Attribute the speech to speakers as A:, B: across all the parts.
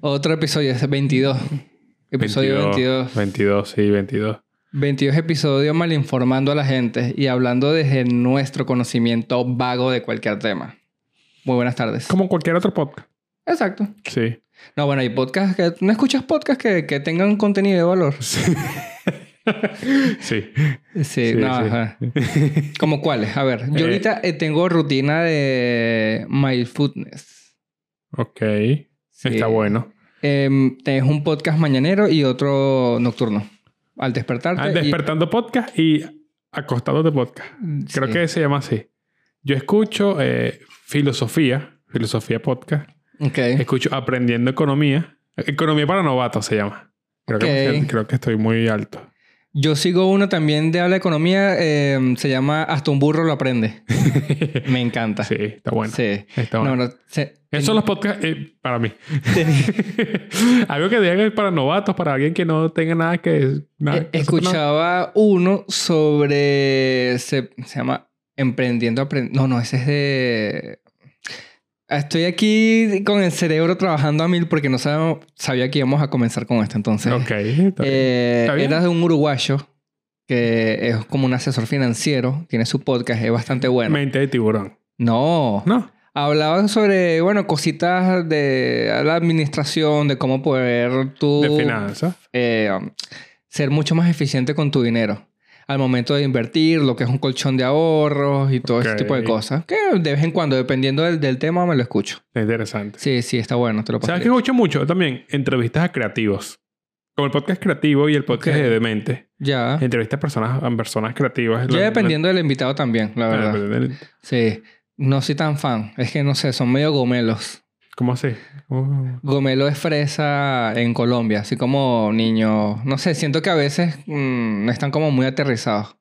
A: Otro episodio, es 22. Episodio 22.
B: 22, sí, 22.
A: 22 episodios mal informando a la gente y hablando desde nuestro conocimiento vago de cualquier tema. Muy buenas tardes.
B: Como cualquier otro podcast.
A: Exacto.
B: Sí.
A: No, bueno, hay podcasts que... ¿No escuchas podcasts que, que tengan contenido de valor?
B: Sí. sí.
A: Sí, no,
B: sí.
A: ajá. ¿Como cuáles? A ver, yo
B: Eh.
A: ahorita eh, tengo rutina de MyFitness.
B: Ok.
A: Sí.
B: Está bueno.
A: Em, es un podcast mañanero y otro nocturno. Al despertarte.
B: Ah,
A: y-
B: despertando podcast y acostándote podcast. Creo
A: Sí.
B: que se llama así. Yo escucho eh, filosofía, filosofía podcast.
A: Ok.
B: Escucho aprendiendo economía. Economía para novatos se llama. Creo, que,
A: Ok.
B: creo que estoy muy alto.
A: Yo sigo uno también de habla de economía. em, se llama Hasta un burro lo aprende. Me encanta.
B: sí, está bueno.
A: Sí.
B: Está
A: No,
B: bueno.
A: no, se-
B: Esos son los podcasts eh, para mí. Algo que digan es para novatos, para alguien que no tenga nada que... nada-
A: Eh, escuchaba uno sobre. Se, se llama Emprendiendo Aprendiendo. No, no, ese es de. Estoy aquí con el cerebro trabajando a mil porque no sabía, sabía que íbamos a comenzar con esto. Entonces,
B: Ok. está bien.
A: Eh,
B: ¿Está bien?
A: era de un uruguayo que es como un asesor financiero. Tiene su podcast, es bastante bueno.
B: Mente de tiburón.
A: No.
B: No.
A: Hablaban sobre, bueno, cositas de la administración, de cómo poder tú
B: De finanzas.
A: eh, ser mucho más eficiente con tu dinero. Al momento de invertir, lo que es un colchón de ahorros y todo
B: Ok.
A: ese tipo de cosas. Que de vez en cuando, dependiendo del, del tema, me lo escucho.
B: Está Interesante.
A: Sí, sí, está bueno, te lo paso.
B: ¿Sabes qué escucho mucho? También entrevistas a creativos. Como el podcast creativo y el podcast
A: Ok.
B: de demente.
A: Ya.
B: Entrevistas a personas, a personas creativas.
A: Ya
B: Lo- Ah,
A: dependiendo del invitado también, la
B: lo-
A: verdad. Sí. No soy tan fan. Es que no sé, son medio gomelos.
B: ¿Cómo así? Uh,
A: Gomelo es fresa en Colombia, así como niños. No sé, siento que a veces mm, están como muy aterrizados.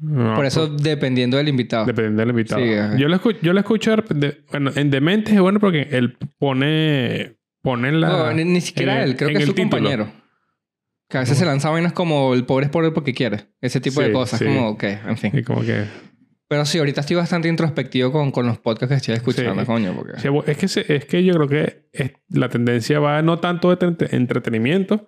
B: no,
A: Por eso, dependiendo del invitado.
B: Dependiendo del invitado.
A: Ah. Sí, ajá.
B: yo, lo escu- yo lo escucho de repente- bueno, en Demente es bueno porque él pone, pone la...
A: No, ni, ni siquiera
B: en el-
A: él, creo
B: en
A: que es
B: el
A: su
B: título.
A: compañero. Que a veces se lanza vainas como el pobre es pobre porque quiere. Ese tipo de
B: Sí,
A: cosas.
B: sí.
A: Como, ok, en fin.
B: Y como que...
A: Pero sí, ahorita estoy bastante introspectivo con, con los podcasts que estoy escuchando,
B: Sí.
A: coño. Porque...
B: Sí, Es que, se- es que yo creo que es- la tendencia va no tanto de entre- entretenimiento,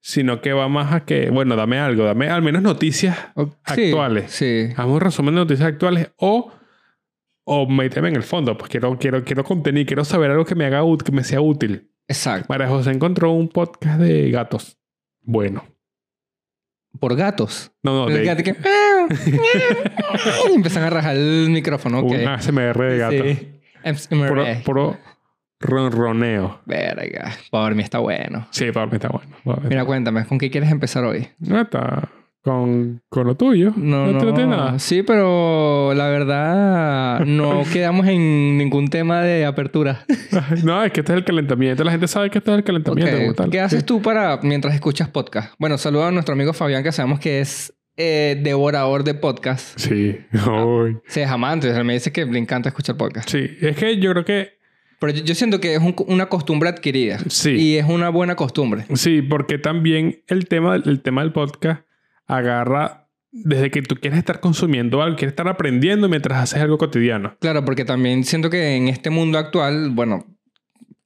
B: sino que va más a que, bueno, dame algo, dame al menos noticias,
A: O- sí,
B: Actuales.
A: Sí.
B: hazme un resumen de noticias actuales o, o méteme en el fondo, pues quiero, quiero, quiero contenido, quiero saber algo que me haga út- que me sea útil.
A: Exacto.
B: María José encontró un podcast de gatos. Bueno.
A: Por gatos.
B: No, no, de,
A: El gato Pues que- "Ah, y empiezan a rajar el micrófono. ok.
B: una SMR de gato.
A: Sí. Em, ASMR.
B: Puro, puro ronroneo.
A: Verga. Por dormir está bueno.
B: Sí, para mí está bueno. para mí
A: Mira, cuéntame, ¿con qué quieres empezar hoy?
B: No está con, con lo tuyo.
A: No, no.
B: traté nada.
A: Sí, pero la verdad no quedamos en ningún tema de apertura.
B: No, es que este es el calentamiento. La gente sabe que este es el calentamiento.
A: Ok,
B: como tal.
A: ¿Qué haces tú para mientras escuchas podcast? Bueno, saludo a nuestro amigo Fabián, que sabemos que es eh, devorador de podcast.
B: Sí. Uy.
A: Se es amante, o sea, me dice que le encanta escuchar podcast.
B: Sí, es que yo creo que
A: Pero yo, yo siento que es un- una costumbre adquirida.
B: sí.
A: Y es una buena costumbre.
B: Sí, porque también el tema, del- el tema del podcast agarra desde que tú quieres estar consumiendo algo, quieres estar aprendiendo mientras haces algo cotidiano.
A: Claro, porque también siento que en este mundo actual, bueno,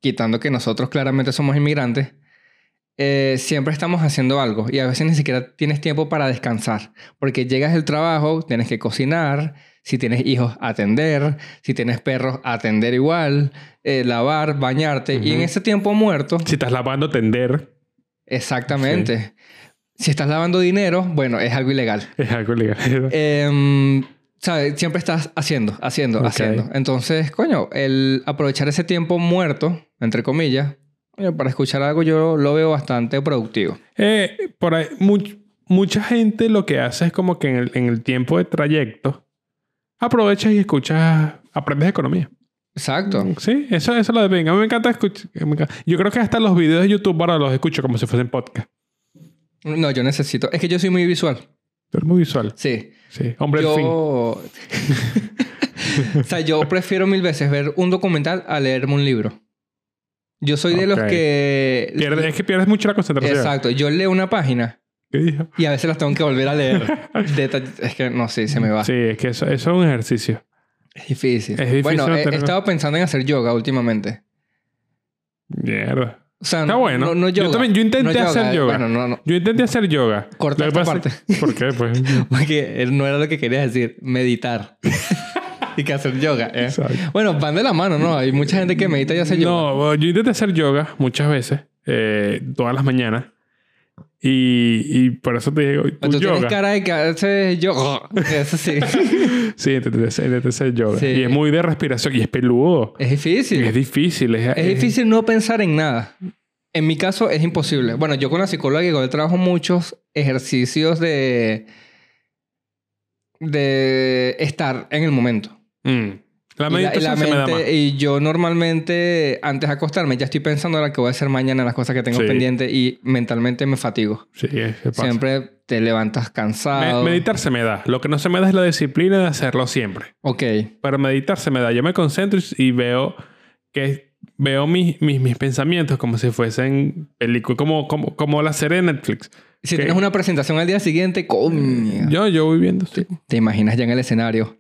A: quitando que nosotros claramente somos inmigrantes, eh, siempre estamos haciendo algo y a veces ni siquiera tienes tiempo para descansar, porque llegas del trabajo, tienes que cocinar, si tienes hijos, atender, si tienes perros, atender igual, eh, lavar, bañarte, y en
B: Ujú.
A: ese tiempo muerto,
B: Si estás lavando, tender
A: exactamente. Si estás lavando dinero, bueno, es algo ilegal.
B: es algo legal.
A: Em, ¿sabes? Siempre estás haciendo, haciendo,
B: Ok.
A: haciendo. Entonces, coño, el aprovechar ese tiempo muerto, entre comillas, coño, para escuchar algo yo lo veo bastante productivo.
B: Eh, por ahí, much- mucha gente lo que hace es como que en el, en el tiempo de trayecto aprovechas y escuchas, aprendes economía.
A: Exacto.
B: Sí, eso, eso lo de A mí me encanta escuchar. me encanta. Yo creo que hasta los videos de YouTube ahora los escucho como si fuesen podcast. Mm.
A: No, yo necesito. Es que yo soy muy visual.
B: Tú eres muy visual.
A: Sí.
B: Sí, hombre, del fin.
A: yo. o sea, yo prefiero mil veces ver un documental a leerme un libro. Yo soy de los
B: Ok.
A: que.
B: Pierde- es que pierdes mucho la concentración.
A: Exacto. Yo leo una página
B: ¿Qué dijo?
A: y a veces las tengo que volver a leer. Deta- es que no sé, se me va.
B: Sí, es que eso, eso es un ejercicio.
A: Es difícil.
B: Es difícil
A: bueno, he, he
B: mantenerlo.
A: estado pensando en hacer yoga últimamente.
B: Mierda.
A: O sea,
B: Está bueno.
A: no, no
B: Yo
A: yoga,
B: también- yo intenté hacer yoga.
A: Bueno, no, no.
B: Yo intenté hacer yoga.
A: Corta
B: Lo que
A: esta
B: pasa- ¿Por qué? Pues.
A: Porque eh, no era lo que querías decir, meditar. y que hacer yoga. ¿eh?
B: Exacto.
A: Bueno, van de la mano, ¿no? Hay mucha gente que medita y hace yoga.
B: No, bueno, yo intenté hacer yoga muchas veces, eh, todas las mañanas. Y, y por eso te digo,
A: Tú
B: tú pues yoga.
A: tienes cara de que haces yoga. Eso sí.
B: Sí, intenté hacer, intenté hacer yoga.
A: Sí.
B: Y es muy de respiración y es peludo.
A: es
B: Y
A: difícil.
B: Es difícil. Es,
A: Es difícil no pensar en nada. En mi caso es imposible. Bueno, yo con la psicóloga que yo trabajo muchos ejercicios de de estar en el momento.
B: Mm. La
A: Y la- y
B: meditación
A: la
B: se me da
A: mente-
B: más.
A: y yo normalmente antes de acostarme ya estoy pensando en lo que voy a hacer mañana, en las cosas que tengo
B: Sí.
A: pendiente y mentalmente me fatigo.
B: Sí, es- se pasa.
A: Siempre te levantas
B: Me-
A: cansado.
B: meditar se me da. Lo que no se me da es la disciplina de hacerlo siempre.
A: ok.
B: Pero meditar se me da. Yo me concentro y- y veo que veo mis, mis, mis pensamientos como si fuesen películas, como, como, como la serie de Netflix.
A: Si
B: Ok.
A: tienes una presentación al día siguiente, coño.
B: Yo, yo voy viendo, sí.
A: Te imaginas ya en el escenario.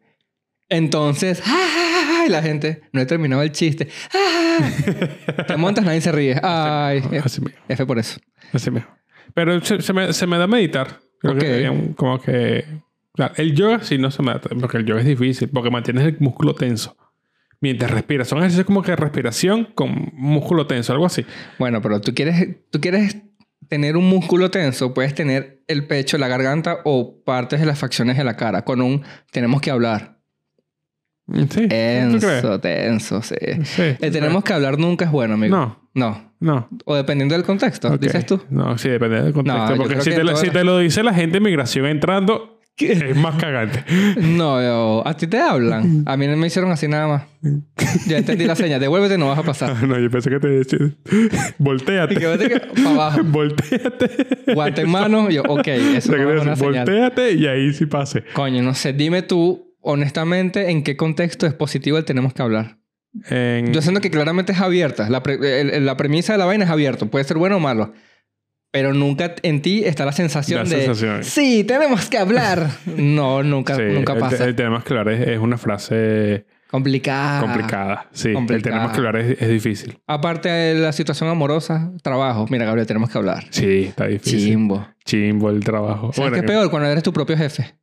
A: Entonces, ¡ah! y la gente, no he terminado el chiste. ¡Ah! Te montas, nadie se ríe. Ay,
B: Así mismo,
A: F por eso.
B: así mismo. Pero se, se me, se me da meditar. Creo
A: Ok.
B: que, eh, como que... claro, el yoga sí no se me da, porque el yoga es difícil, porque mantienes el músculo tenso. Mientras respiras. Son ejercicios como que respiración con músculo tenso, algo así.
A: Bueno, pero tú quieres, tú quieres tener un músculo tenso, puedes tener el pecho, la garganta o partes de las facciones de la cara. Con un tenemos que hablar.
B: Sí. ¿Tú crees?
A: Tenso, tenso, sí.
B: Sí,
A: El tenemos que hablar nunca es bueno, amigo.
B: No,
A: No.
B: no.
A: O dependiendo del contexto,
B: Ok.
A: dices tú.
B: No, sí, depende del contexto.
A: No, yo
B: porque
A: creo
B: si
A: que
B: te, lo,
A: todas
B: si
A: las-
B: te lo dice la gente de migración entrando, es más cagante.
A: No, yo- a ti te hablan. A mí no me hicieron así nada más. Ya entendí la señal. Devuélvete, no vas a pasar.
B: no, yo pensé que te decía,
A: Y que
B: volteate.
A: vete que para abajo.
B: Volteate.
A: Guante en mano. Yo, ok, eso no es una señal.
B: volteate y ahí sí pase.
A: Coño, no sé. Dime tú, honestamente, en qué contexto es positivo el tenemos que hablar.
B: En-
A: Yo siento que claramente es abierta. La, pre- el- el- la premisa de la vaina es abierto. Puede ser bueno o malo. Pero nunca en ti está la sensación
B: La
A: de...
B: sensación.
A: Sí, tenemos que hablar. No, nunca,
B: sí,
A: nunca
B: el,
A: pasa.
B: el tenemos que hablar es, es una frase
A: Complicada.
B: complicada. Sí, el
A: complicada.
B: tenemos que hablar es, es difícil.
A: Aparte de la situación amorosa, trabajo. Mira, Gabriel, tenemos que hablar.
B: Sí, está difícil.
A: Chimbo.
B: Chimbo el trabajo.
A: ¿Sabes qué es
B: que-
A: peor? Cuando eres tu propio jefe.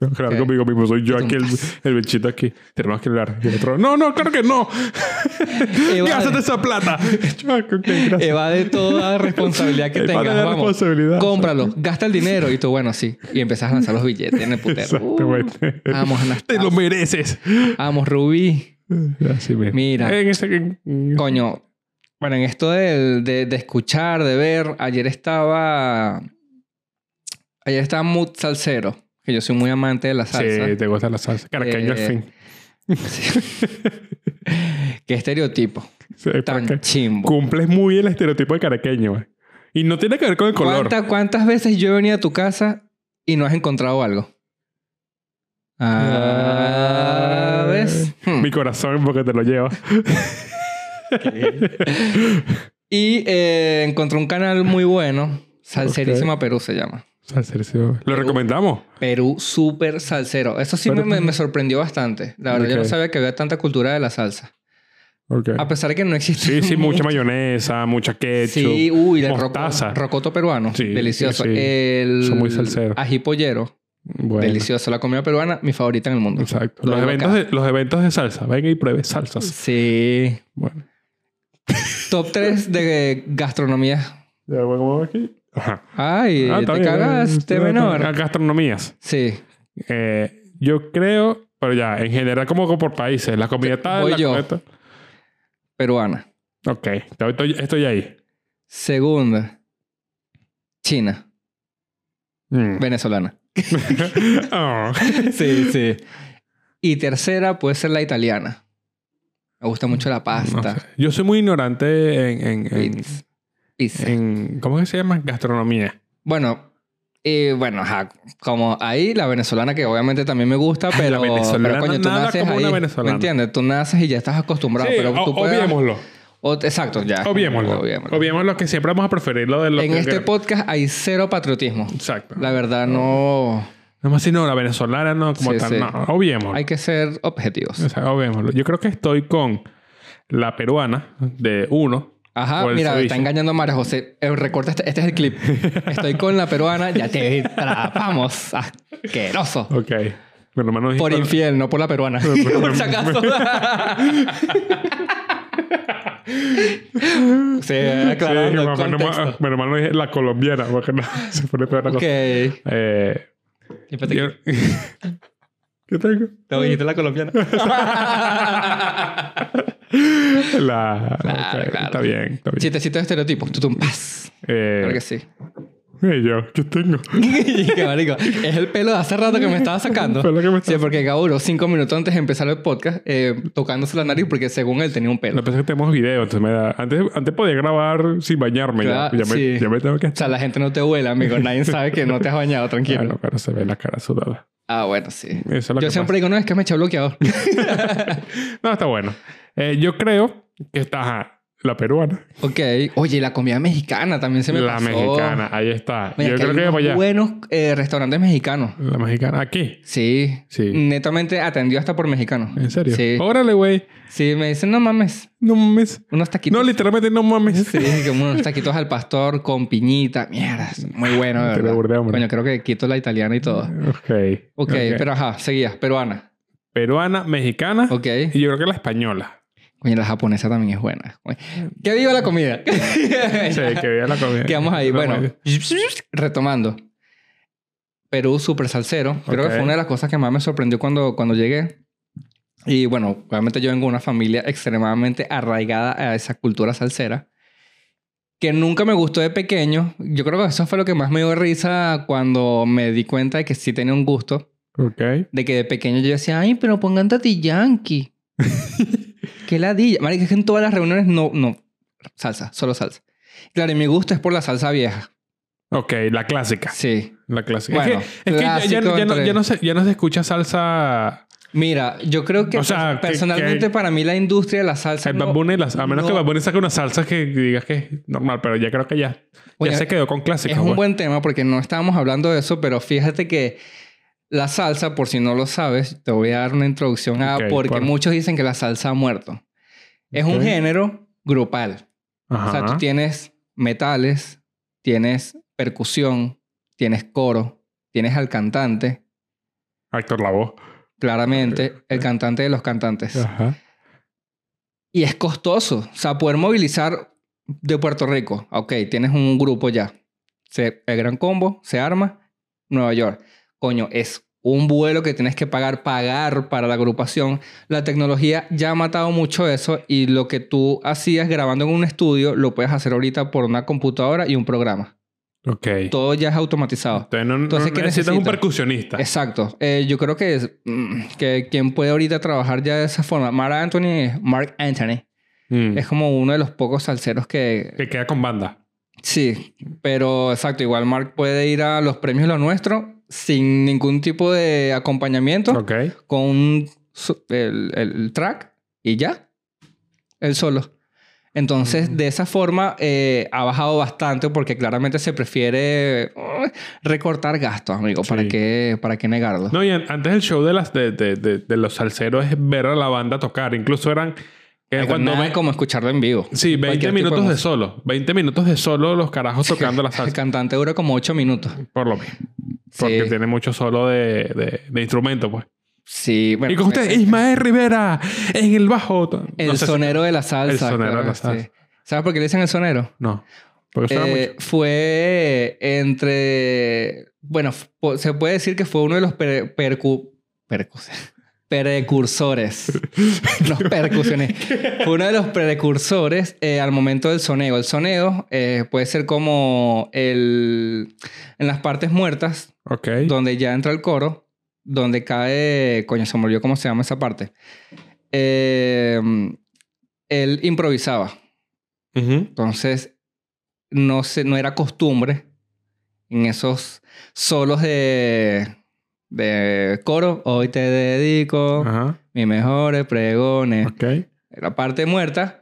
B: No, Claro,
A: ¿Qué?
B: conmigo mismo. Soy yo
A: Tú
B: aquí, el,
A: estás.
B: el bichito aquí. Tenemos que hablar. Y el otro, no, no, claro que no. Gástate
A: Evade,
B: esa plata. Yo, ok, gracias.
A: evade toda responsabilidad que
B: Evade
A: tengas.
B: la
A: Vamos,
B: responsabilidad.
A: Cómpralo, gasta el dinero y tú, bueno, sí. Y empiezas a lanzar los billetes en el putero.
B: Exacto, güey.
A: Uh, vamos,
B: Te
A: Anastasia.
B: lo mereces.
A: Vamos, Rubí.
B: Así mismo.
A: Mira.
B: En ese- en- en-
A: Coño. Bueno, en esto del- de, de escuchar, de ver, ayer estaba. Ayer estaba Mood Salsero, que yo soy muy amante de la salsa.
B: Sí, te gusta la salsa. Carqueño al
A: Eh,
B: fin.
A: Qué estereotipo.
B: Sí, porque
A: Tan chimbo.
B: Cumples muy el estereotipo de caraqueño, güey. Y no tiene que ver con el color.
A: ¿Cuánta- ¿Cuántas veces yo he venido a tu casa y no has encontrado algo? Ah, ¿Ves? Hmm.
B: Mi corazón, porque te lo lleva.
A: Y eh, encontré un canal muy bueno. Salserísima Perú se llama.
B: Salserísimo. Lo recomendamos.
A: Perú súper salsero. Eso sí me,
B: Pero-
A: me- me sorprendió bastante. La verdad, yo no
B: Ok.
A: sabía que había tanta cultura de la salsa.
B: Ok.
A: A pesar de que no existe.
B: Sí, sí, mucha mayonesa, mucha ketchup.
A: Sí, uy, el roco-
B: mostaza.
A: rocoto peruano.
B: Sí,
A: delicioso.
B: sí, sí.
A: El
B: Son muy salseros.
A: ají pollero.
B: Bueno.
A: Delicioso. La comida peruana, mi favorita en el mundo.
B: Exacto.
A: Lo
B: Los
A: digo
B: eventos,
A: acá.
B: de, los eventos de salsa. Venga y pruebe salsas.
A: Sí.
B: Bueno.
A: Top 3 de gastronomía.
B: Ya, bueno, vamos aquí. Ajá.
A: Ay,
B: Ah,
A: te
B: está bien, está bien.
A: cagaste,
B: Está bien. Ah,
A: menor.
B: Gastronomías.
A: Sí.
B: Eh, yo creo, pero ya, en general, como por países. La comida tal.
A: Voy
B: la
A: yo.
B: comida tal.
A: Peruana.
B: Ok, estoy, estoy- estoy ahí.
A: Segunda. China.
B: Mm.
A: Venezolana.
B: Oh.
A: Sí, sí. Y tercera puede ser la italiana. Me gusta mucho la
B: No
A: pasta.
B: sé. eh, Yo soy muy ignorante en, en, en-
A: Pizza. Pizza.
B: en- ¿Cómo que se llama? Gastronomía.
A: Bueno, y bueno, ajá, como ahí la venezolana que obviamente también me gusta,
B: Ay,
A: pero,
B: la venezolana,
A: pero coño, tú
B: nada
A: naces
B: como
A: ahí,
B: una
A: ¿me
B: venezolana.
A: entiendes? Tú naces y ya estás acostumbrado,
B: Sí,
A: pero
B: o-
A: tú puedes-
B: obviémoslo.
A: o- exacto, ya.
B: Obviémoslo.
A: Obviémoslo.
B: Obviémoslo que siempre vamos a preferir lo de lo
A: En
B: que-
A: este podcast hay cero patriotismo.
B: Exacto.
A: La verdad, no.
B: Nada más si no, la venezolana no, como
A: Sí,
B: tal.
A: sí.
B: No, obviémoslo.
A: Hay que ser objetivos.
B: O sea, obviémoslo. Yo creo que estoy con la peruana de uno,
A: Ajá,
B: Por el
A: mira,
B: ceviche.
A: está engañando a María José. Eh, recorta, este, este es el clip. Estoy con la peruana, ya te atrapamos. Asqueroso.
B: Ok. Bueno, hermano,
A: Por
B: dijo-
A: infiel, no por la peruana. por si acaso. sí,
B: Sí,
A: aclarando el
B: mi hermano-
A: contexto.
B: mi hermano dijo la colombiana, porque no se pone peor la
A: Ok.
B: cosa. Eh,
A: Espérate,
B: yo- ¿Qué tengo?
A: Te dijiste la colombiana.
B: La...
A: Claro,
B: ok,
A: claro.
B: Está bien, está bien.
A: Chistecito de estereotipos. Tú tumpas.
B: Eh,
A: Claro que sí.
B: y yo, ¿qué tengo?
A: Y que, marico, es el pelo de hace rato que me estaba sacando.
B: Fue lo que me estaba-
A: Sí, porque Gauro, cinco minutos antes de empezar el podcast, eh, tocándose la nariz porque según él tenía un
B: Lo
A: pelo.
B: que pasa es que tenemos video, entonces me da... Antes, antes podía grabar sin bañarme. ya-
A: Claro,
B: ya, me,
A: sí.
B: ya me tengo que...
A: O sea, la gente no te huele, amigo. Nadie sabe que no te has bañado, tranquilo.
B: Claro, pero se ve la cara sudada.
A: Ah, bueno, sí.
B: Eso es lo
A: Yo
B: que
A: siempre digo, no, es que me eché bloqueador.
B: pasa. No, está bueno. Eh, yo creo que está... ajá, la peruana.
A: ok. Oye, y la comida mexicana también se me
B: la
A: pasó.
B: mexicana. Ahí está.
A: Mira,
B: yo
A: que
B: creo
A: hay
B: que
A: unos
B: voy allá.
A: buenos eh, restaurantes mexicanos.
B: La mexicana. Aquí.
A: Sí.
B: Sí.
A: Netamente atendió hasta por mexicanos.
B: ¿En serio?
A: Mm,
B: Oh.
A: Sí.
B: Órale, güey.
A: Sí, me dicen, no mames.
B: No mames.
A: Unos taquitos.
B: No, literalmente no mames.
A: Sí, que unos taquitos al pastor con piñita. Mierda, es muy bueno, de
B: Te
A: ¿verdad?
B: lo burdeo, hombre.
A: Bueno, creo que quito la italiana y todo.
B: Okay.
A: Ok, pero ajá, seguías. Peruana.
B: Peruana, mexicana.
A: Ok.
B: Y yo creo que la española.
A: Coño, la japonesa también es buena. Coño. ¡Que viva la comida!
B: Sí, que vea la comida.
A: Quedamos ahí.
B: La
A: Bueno,
B: comida.
A: retomando. Perú súper salsero. Creo
B: Ok.
A: que fue una de las cosas que más me sorprendió cuando, cuando llegué. Y bueno, obviamente yo vengo de una familia extremadamente arraigada a esa cultura salsera. Que nunca me gustó de pequeño. Yo creo que eso fue lo que más me dio risa cuando me di cuenta de que sí tenía un gusto.
B: Ok.
A: De que de pequeño yo decía, ay, pero pongan Tati Yankee. Qué ladilla. Marica, es que en todas las reuniones no, no. Salsa, solo salsa. Claro, y mi gusto es por la salsa vieja.
B: Ok, la clásica.
A: Sí.
B: La clásica.
A: Bueno,
B: es que, es que ya- ya,
A: clásico
B: ya no,
A: entre-
B: ya no se, ya no se escucha salsa.
A: Mira, yo creo que
B: O sea, que-
A: personalmente
B: que-
A: para mí la industria de la salsa.
B: el
A: no-
B: Bad Bunny las- a menos
A: no.
B: que Bad Bunny saque una salsa que digas que es normal, pero ya creo que ya, ya
A: Oye,
B: se quedó con pues.
A: es
B: clásicos.
A: un
B: güey.
A: buen tema porque no estábamos hablando de eso, pero fíjate que la salsa, por si no lo sabes, te voy a dar una introducción a
B: Ok,
A: porque
B: por-
A: muchos dicen que la salsa ha muerto. Es un
B: Ok.
A: género grupal.
B: Ajá.
A: O sea, tú tienes metales, tienes percusión, tienes coro, tienes al cantante,
B: Actor la voz.
A: claramente, el cantante de los cantantes.
B: Ajá.
A: Y es costoso. O sea, poder movilizar de Puerto Rico. Ok, tienes un grupo ya. Se, el gran combo, se arma, Nueva York. Coño, es un vuelo que tienes que pagar, pagar para la agrupación. La tecnología ya ha matado mucho eso y lo que tú hacías grabando en un estudio lo puedes hacer ahorita por una computadora y un programa.
B: Ok.
A: Todo ya es automatizado.
B: Entonces no, no
A: Entonces, ¿qué
B: necesitas un
A: necesitas?
B: percusionista.
A: Exacto. Eh, yo creo que, es, mm, que quien puede ahorita trabajar ya de esa forma, Mark Anthony, Mark Anthony,
B: Mm.
A: es como uno de los pocos salseros que...
B: Que queda con banda.
A: Sí, pero exacto, igual Mark puede ir a los premios Lo Nuestro sin ningún tipo de acompañamiento,
B: Ok.
A: con un su- el, el track y ya, él solo. Entonces,
B: Mm.
A: de esa forma eh, ha bajado bastante porque claramente se prefiere eh, recortar gastos, amigo. ¿Para,
B: Sí.
A: qué, ¿Para qué negarlo?
B: No, y an- antes el show de, las, de, de, de, de los salseros es ver a la banda tocar. Incluso eran... que
A: Pero
B: cuando
A: nada
B: ve-
A: como escucharlo en vivo.
B: sí, 20
A: Cualquier tipo
B: minutos de
A: música.
B: solo. 20 minutos de solo los carajos tocando la
A: El
B: salsa.
A: cantante dura como 8 minutos.
B: Por lo menos. Porque
A: Sí.
B: tiene mucho solo de, de, de instrumento, pues.
A: Sí, bueno,
B: y con usted,
A: ese-
B: Ismael Rivera, en el bajo. No
A: El
B: sé si-
A: sonero de la salsa.
B: El sonero
A: claro
B: de la
A: que
B: salsa.
A: sí. ¿Sabes por qué le dicen el sonero?
B: No. Porque suena
A: Eh, fue entre... Bueno, f- po- se puede decir que fue uno de los per- percu- percus- precursores. los percusiones. Fue uno de los precursores eh, al momento del soneo. El soneo eh, puede ser como el... En las partes muertas,
B: mucho. Ok.
A: donde ya entra el coro, donde cae, coño, se me olvidó cómo se llama esa parte. Eh, él improvisaba,
B: Ujú.
A: entonces no, se, no era costumbre en esos solos de, de coro, hoy te dedico
B: Ajá.
A: mis mejores pregones,
B: Ah. Ok.
A: la parte muerta.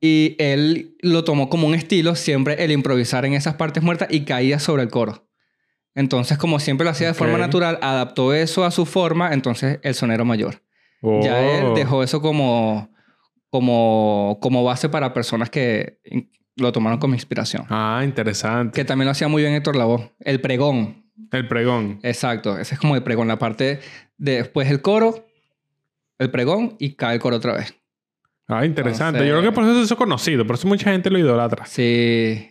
A: Y él lo tomó como un estilo, siempre el improvisar en esas partes muertas y caía sobre el coro. Entonces, como siempre lo hacía de forma
B: Ok.
A: natural, adaptó eso a su forma, entonces el sonero mayor. Ya él
B: Oh.
A: dejó eso como, como, como base para personas que in- lo tomaron como inspiración.
B: Ah, interesante.
A: Que también lo hacía muy bien Héctor Lavoe. El pregón,
B: El pregón.
A: exacto. Ese es como el pregón, la parte de después el coro, el pregón y cae el coro otra vez.
B: Ah, interesante.
A: Entonces-
B: Yo creo que por eso se hizo conocido. Por eso mucha gente lo idolatra.
A: Sí,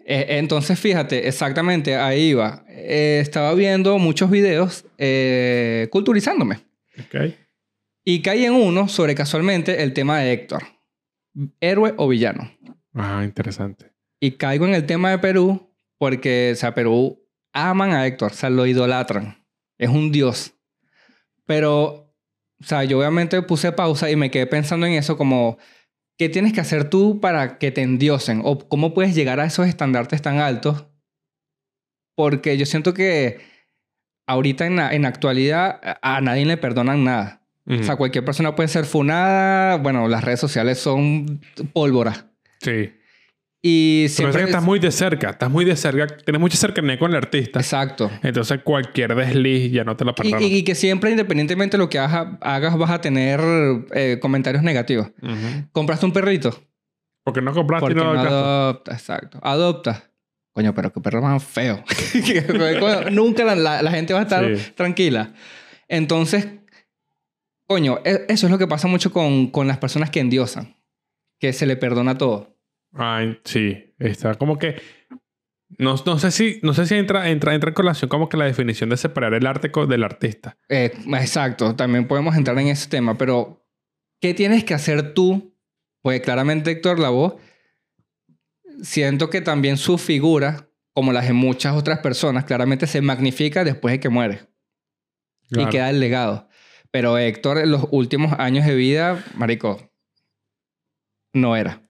A: E- entonces fíjate, exactamente, ahí iba. Eh, estaba viendo muchos videos eh, culturizándome
B: Ok.
A: y caí en uno sobre casualmente el tema de Héctor, héroe o villano.
B: Ah, interesante.
A: Y caigo en el tema de Perú porque, o sea, Perú aman a Héctor, o sea, lo idolatran. Es un dios. Pero, o sea, yo obviamente puse pausa y me quedé pensando en eso como, ¿qué tienes que hacer tú para que te endiosen? ¿O cómo puedes llegar a esos estandartes tan altos? Porque yo siento que ahorita en la, en la actualidad a a nadie le perdonan nada.
B: Ujú.
A: O sea, cualquier persona puede ser funada. Bueno, las redes sociales son pólvora.
B: Sí.
A: Y
B: Lo que pasa es
A: siempre...
B: que estás muy de cerca. Estás muy de cerca. Tienes mucha cercanía con el artista.
A: Exacto.
B: Entonces cualquier desliz ya no te la
A: Y,
B: perdonan.
A: y- y que siempre, independientemente de lo que haga- hagas, vas a tener eh, comentarios negativos.
B: Ujú.
A: ¿Compraste un perrito?
B: Porque no compraste
A: Porque
B: y
A: no
B: no lo gastaste.
A: adopta, exacto. Adopta. Coño, pero qué perro más feo. Coño, Nunca la, la- la gente va a estar
B: Sí.
A: tranquila. Entonces, coño, e- eso es lo que pasa mucho con, con las personas que endiosan. Que se le perdona todo.
B: Ay, sí. Está como que... No, no sé si, no sé si entra, entra, entra en colación como que la definición de separar el arte co- del artista.
A: Eh, exacto, también podemos entrar en ese tema, pero ¿qué tienes que hacer tú? Pues claramente Héctor Lavoe, siento que también su figura, como las de muchas otras personas, claramente se magnifica después de que muere y
B: Claro.
A: queda el legado. Pero Héctor en los últimos años de vida, marico, no era.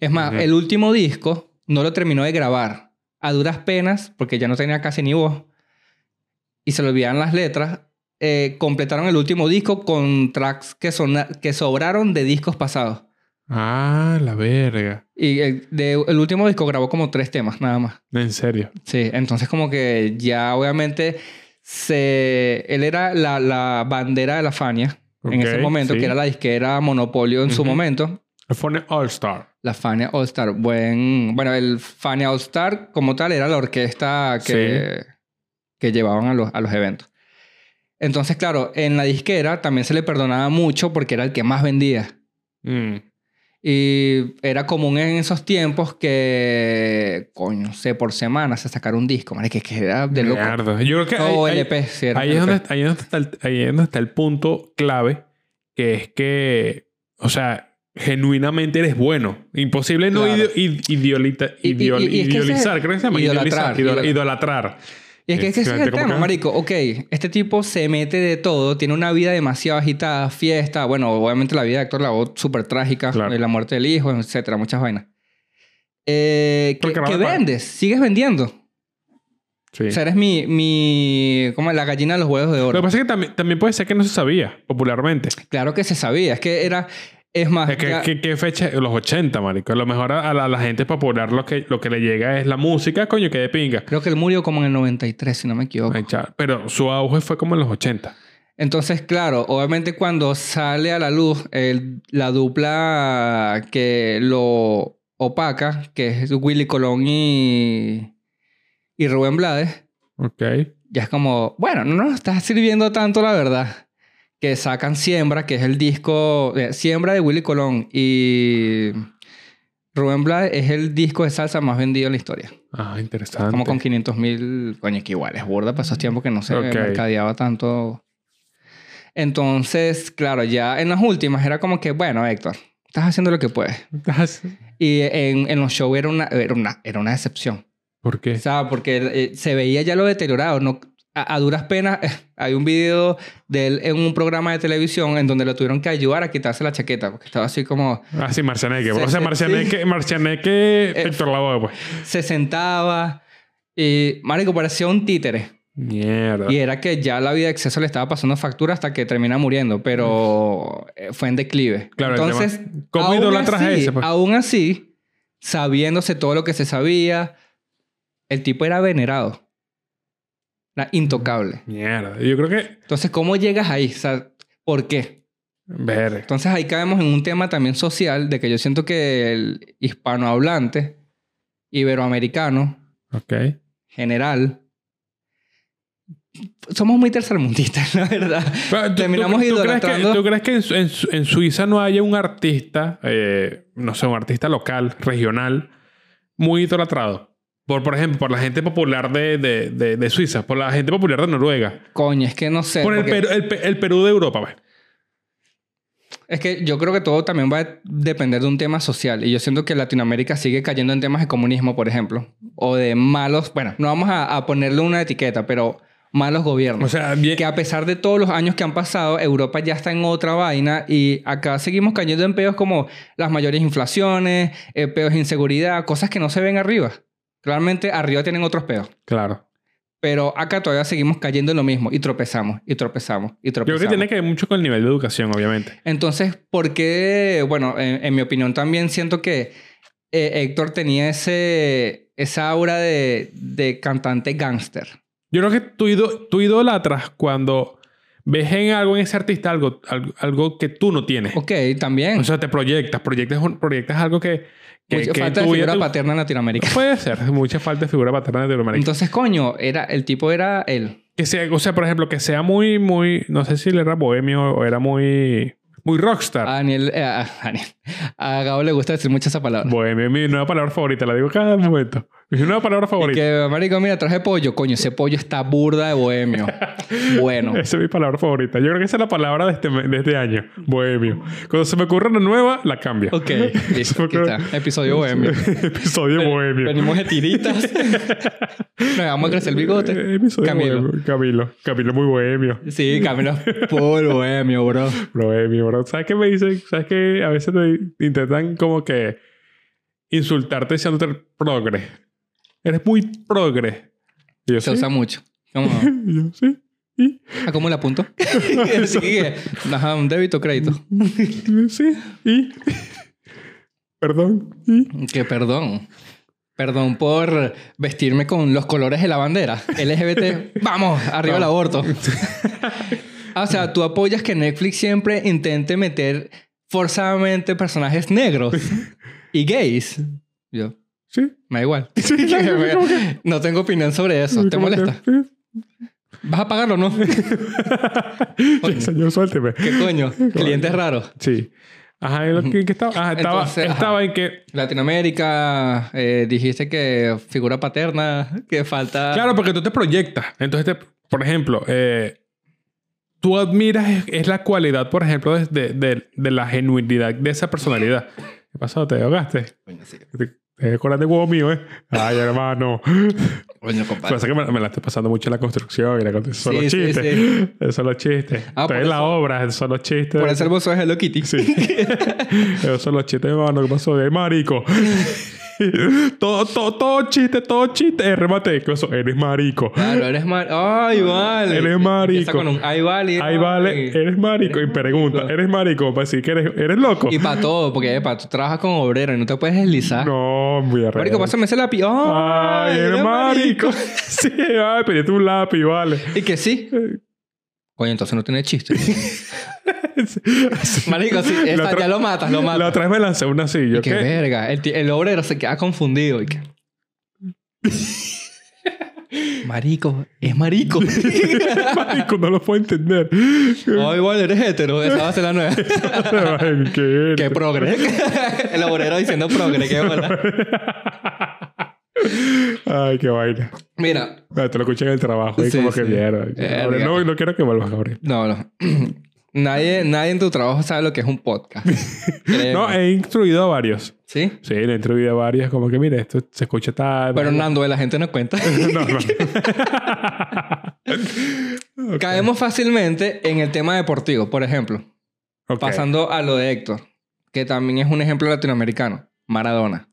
A: Es más,
B: Ujú.
A: el último disco no lo terminó de grabar a duras penas, porque ya no tenía casi ni voz, y se le olvidaban las letras. eh, completaron el último disco con tracks que, sona- que sobraron de discos pasados.
B: Ah, la verga.
A: Y el, de- el último disco grabó como tres temas, nada más.
B: En serio.
A: Sí, entonces como que ya obviamente se... Él era la, la bandera de la Fania en ese
B: Ok,
A: momento,
B: sí.
A: que era la disquera Monopolio en su
B: Ujú.
A: momento.
B: Fone All Star.
A: La Fania All Star. Buen, bueno, el Fania All Star como tal era la orquesta que, que llevaban a los, a los eventos. Entonces, claro, en la disquera también se le perdonaba mucho porque era el que más vendía.
B: Mm.
A: Y era común en esos tiempos que, coño, no sé, por semana se sacara un disco, man, que, que era de loco.
B: Mierda. Yo creo que
A: O
B: ahí- ahí-
A: LP, sí, era
B: ahí es,
A: LP.
B: donde, ahí es donde está el, ahí es donde está el punto clave, que es que, o sea, genuinamente eres bueno. Imposible no
A: Claro.
B: ide- id- ideolita-
A: Y- y-
B: ideol-
A: y- y es que
B: idealizar,
A: ese-
B: creo que se llama.
A: idolatrar,
B: Idealizar, idol-
A: idola-
B: idolatrar.
A: Y es que ese es el
B: Exactamente, ¿cómo
A: tema,
B: que?
A: marico. Ok, este tipo se mete de todo, tiene una vida demasiado agitada, fiesta. Bueno, obviamente la vida de actor la voz súper trágica,
B: Claro.
A: eh, la muerte del hijo, etcétera, muchas vainas. Eh, ¿Qué,
B: Porque
A: qué
B: van a-
A: vendes? ¿Sigues vendiendo?
B: Sí.
A: O sea, eres mi, mi... ¿Cómo? es? La gallina de los huevos de
B: Lo que
A: oro.
B: pasa es que también, también puede ser que no se sabía popularmente.
A: Claro que se sabía. Es que era... Es más...
B: Es que,
A: Ah, ya-
B: que- que fecha? Los 80, marico. A lo mejor a, a la, a la gente popular lo que, lo que le llega es la música, coño, que de pinga.
A: Creo que él murió como en el 93, si no me equivoco.
B: Ay, cha- Pero su auge fue como en los 80.
A: Entonces, claro, obviamente cuando sale a la luz el- la dupla que lo opaca, que es Willy Colón y, y Rubén Blades,
B: Ok.
A: ya es como, bueno, no nos está sirviendo tanto la verdad. Que sacan Siembra, que es el disco, eh, Siembra de Willy Colón y Rubén Blades es el disco de salsa más vendido en la historia.
B: Ah, interesante.
A: Como con 500 mil, coño, que igual es burda para esos tiempos que no se
B: Ok.
A: mercadeaba tanto. Entonces, claro, ya en las últimas era como que, bueno, Héctor, estás haciendo lo que puedes. Y en, en los shows era una, era una, era una decepción.
B: ¿Por qué?
A: ¿Sabes? Porque eh, se veía ya lo deteriorado. No, a, a duras penas, hay un video de él en un programa de televisión en donde lo tuvieron que ayudar a quitarse la chaqueta, porque estaba así como,
B: Ah, sí, Marcianeque.
A: Sí,
B: o sea,
A: sí, Eh,
B: Marcianeque, Marcianeque, Héctor Lavoe, pues.
A: se sentaba y, marico, parecía un títere.
B: Mierda.
A: Y era que ya la vida de exceso le estaba pasando factura hasta que termina muriendo, pero eh, fue en declive.
B: Claro, el
A: Entonces,
B: tema- ¿cómo
A: aún
B: idolatras a
A: así-
B: ese, pues?
A: Aún así, sabiéndose todo lo que se sabía, el tipo era venerado. Era intocable.
B: Mierda. Yo creo que
A: Entonces, ¿cómo llegas ahí? O sea, ¿por qué?
B: Ver.
A: Entonces ahí caemos en un tema también social de que yo siento que el hispanohablante, iberoamericano,
B: Ok.
A: general, somos muy tercermundistas, la verdad.
B: Pero, ¿tú-
A: Terminamos
B: tú, tú crees que,
A: idolatrando-
B: tú crees que en, Su- en Su- en Suiza no haya un artista, eh, no sé, un artista local, regional, muy idolatrado? Por, por ejemplo, por la gente popular de, de- de- de Suiza, por la gente popular de Noruega,
A: Coño, es que no sé.
B: por el,
A: porque-
B: Perú, el, Pe- el Perú de Europa. pues.
A: Es que yo creo que todo también va a depender de un tema social. Y yo siento que Latinoamérica sigue cayendo en temas de comunismo, por ejemplo. O de malos... Bueno, no vamos a, a ponerle una etiqueta, pero malos gobiernos.
B: O sea, bien-
A: que a pesar de todos los años que han pasado, Europa ya está en otra vaina y acá seguimos cayendo en peos como las mayores inflaciones, eh, peos de inseguridad, cosas que no se ven arriba. Claramente arriba tienen otros peos.
B: claro.
A: Pero acá todavía seguimos cayendo en lo mismo y tropezamos, y tropezamos, y
B: Yo creo
A: tropezamos.
B: que tiene que ver mucho con el nivel de educación, obviamente.
A: Entonces, ¿por qué? Bueno, en, en mi opinión también siento que eh, Héctor tenía ese, esa aura de, de cantante gángster.
B: Yo creo que tú, ido- tú idolatras cuando ves en algo, en ese artista, algo, algo, algo que tú no tienes.
A: Ok, también.
B: O sea, te proyectas, proyectas, un- proyectas algo que... que,
A: Mucha
B: que
A: falta de
B: tu vida
A: figura
B: te-
A: paterna en Latinoamérica.
B: Puede ser. Mucha falta de figura paterna de Latinoamérica.
A: Entonces, coño, era, el tipo era él.
B: que sea, o sea, por ejemplo, que sea muy, muy... No sé si él era bohemio o era muy... Muy rockstar.
A: A Daniel, eh, a, Daniel. a Gabo le gusta decir mucho esa palabra.
B: Bohemio es mi nueva palabra favorita. La digo cada momento. Mi nueva palabra
A: Y
B: favorita.
A: que, marico, mira, traje pollo. Coño, ese pollo está burda de bohemio. Bueno.
B: Esa es mi palabra favorita. Yo creo que esa es la palabra de este, me- de este año. Bohemio. Cuando se me ocurra una nueva, la cambio.
A: Ok, listo. aquí está. Episodio bohemio.
B: Episodio bohemio.
A: Venimos de tiritas. Nos vamos a crecer el bigote.
B: Eh, Episodio
A: Camilo.
B: bohemio. Camilo. Camilo muy bohemio.
A: Sí, Camilo. Por bohemio, bro.
B: Bohemio, bro. ¿Sabes qué me dicen? ¿Sabes qué? A veces te intentan como que insultarte diciéndote progre. Eres muy progre. Y yo,
A: Se
B: sí.
A: usa mucho. ¿Cómo?
B: Y yo, sí. Y,
A: ¿A cómo le apunto? Así que, ajá, un débito o crédito.
B: sí. Y. Perdón. Y.
A: Que perdón. Perdón por vestirme con los colores de la bandera. LGBT, vamos, arriba el aborto. Ah, o sea, tú apoyas que Netflix siempre intente meter forzadamente personajes negros y gays. Yo,
B: Sí.
A: me da igual.
B: Sí, como que-
A: No tengo opinión sobre eso. ¿Te
B: como que-
A: molesta?
B: sí.
A: ¿Vas a pagarlo o no?
B: Ya, señor, suélteme.
A: ¿Qué coño? Clientes raros.
B: Sí. Ajá, ¿en lo que, en qué estaba? Ajá, estaba,
A: Entonces, ajá.
B: estaba en que.
A: Latinoamérica, eh, dijiste que figura paterna, que falta...
B: Claro, porque tú te proyectas. Entonces, te- por ejemplo, eh, tú admiras, es, es la cualidad, por ejemplo, de, de- de- de la genuinidad de esa personalidad. ¿Qué pasó? ¿Te ahogaste?
A: Coño, sí.
B: Te, te acuerdas de huevo mío, ¿eh? Ay, hermano.
A: Coño, compadre.
B: Pasa que me, me la estoy pasando mucho en la construcción y la construcción. Son
A: Sí,
B: los
A: sí,
B: chistes.
A: sí.
B: Son los chistes.
A: Ah,
B: Estoy
A: por
B: en la obra, son los chistes.
A: Por eso el bolso es Hello Kitty.
B: Sí. Esos son los chistes, hermano. ¿Qué pasó? De marico. todo, todo, todo chiste, todo chiste. Eh, remate. ¿Qué pasó? Eres marico.
A: Claro, eres mal. ¡Ay, vale!
B: Eres marico.
A: Empieza con un ¡Ay, vale!
B: Ahí vale, eh,
A: ay".
B: eres marico. Y pregunta, ¿eres marico? Para decir que eres, eres loco.
A: Y para todo, porque eh, pa, tú trabajas con obrero y no te puedes deslizar.
B: No, muy arreglado.
A: Marico, pásame ese lápiz. ¡Ay,
B: Ay, eres marico. sí, ay, pediste un lápiz, vale.
A: Y que sí.
B: Eh.
A: Coño, entonces no tiene chiste. Marico, sí,
B: La
A: esa,
B: otra-
A: ya lo matas, lo
B: La
A: matas.
B: otra vez me lancé una silla.
A: Y que verga, el, ti- el obrero se queda confundido. Y que... Marico, es marico.
B: marico, no lo puedo entender.
A: ¡Ay, vale! Eres hetero. Esa va a ser la nueva.
B: Ay, ¿Qué
A: ¡Qué
B: eres?
A: progre! el obrero diciendo progre, qué bola.
B: Ay, qué vaina.
A: Mira,
B: Ah, Te lo escuché en el trabajo y
A: Sí,
B: como que
A: sí.
B: mierda.
A: Verga.
B: No, no quiero que vuelvas, Gabriel.
A: no, no. nadie, nadie en tu trabajo sabe lo que es un podcast. Créeme.
B: No, eh. he instruido a varios.
A: ¿Sí?
B: Sí, le he instruido a varios. Como que, mire, esto se escucha tal.
A: Pero Nando, eh, la gente no cuenta.
B: No, no.
A: Caemos fácilmente en el tema deportivo, por ejemplo.
B: Ok.
A: Pasando a lo de Héctor, que también es un ejemplo latinoamericano. Maradona.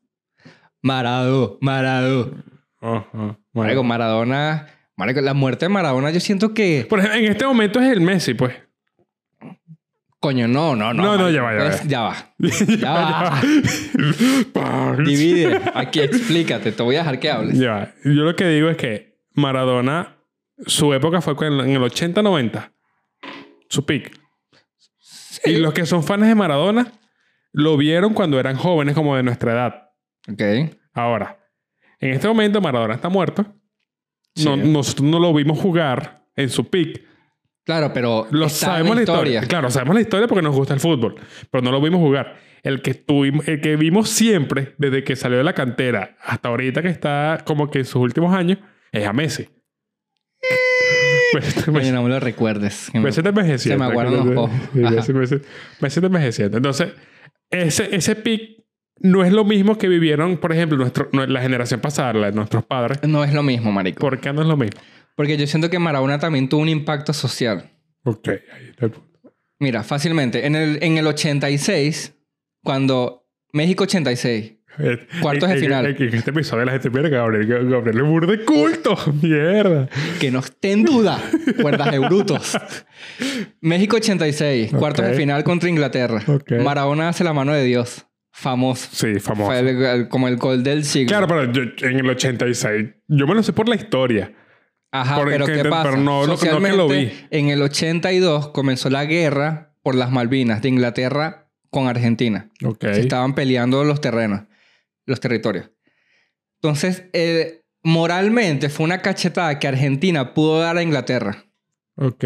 A: Maradó, Maradó.
B: Ajá.
A: Marico,
B: Bueno.
A: Maradona... Marico, la muerte de Maradona yo siento que...
B: Por ejemplo, en este momento es el Messi, pues.
A: Coño, no, no, no.
B: No, no,
A: marico.
B: ya va, ya va.
A: Entonces, ya va. Ya va.
B: Pam.
A: Divide. Aquí explícate. Te voy a dejar que hables.
B: Ya va. Yo lo que digo es que Maradona, su época fue con- en el 80-90. Su pick. Y los que son fans de Maradona lo vieron cuando eran jóvenes como de nuestra edad.
A: Ok.
B: Ahora, en este momento Maradona está muerto. No-
A: Sí.
B: nosotros no lo vimos jugar en su pick.
A: Claro, pero
B: Lo
A: está en
B: sabemos la historia. Claro, sabemos la historia porque nos gusta el fútbol, pero no lo vimos jugar. El que, estuvimos, el que vimos siempre, desde que salió de la cantera hasta ahorita que está como que en sus últimos años, es a Messi. Messi-
A: Coño,
B: Messi-
A: no me lo recuerdes. Que me-
B: Messi está envejeciendo.
A: Se me aguaron los ojos. Ajá.
B: Messi- Messi- Messi está envejeciendo. Entonces, ese, ese pick no es lo mismo que vivieron, por ejemplo, nuestro, la generación pasada, la de nuestros padres.
A: No es lo mismo, marico.
B: ¿Por qué no es lo mismo?
A: Porque yo siento que Maradona también tuvo un impacto social.
B: Ok, ahí está el punto.
A: Mira, fácilmente. En el, en el 86, cuando... México 86. Cuartos de
B: En- en-
A: final.
B: En, en este episodio la gente pierde que Gabriel, Gabriel es burro de culto. Mierda.
A: Que no esté en duda. Cuerdas de brutos. México 86. Cuartos de
B: Ok.
A: final contra Inglaterra.
B: Ok.
A: Maradona hace la mano de Dios. Famoso.
B: Sí, famoso.
A: Fue el- el- como el gol del siglo.
B: Claro, pero yo- en el 86. Yo me lo sé por la historia.
A: Ajá,
B: Por-
A: pero
B: que-
A: ¿qué
B: pero
A: pasa?
B: no lo- no que
A: Socialmente,
B: lo vi.
A: En el 82 comenzó la guerra por las Malvinas de Inglaterra con Argentina.
B: Ok.
A: Se estaban peleando los terrenos, los territorios. Entonces, eh, moralmente fue una cachetada que Argentina pudo dar a Inglaterra.
B: Ok.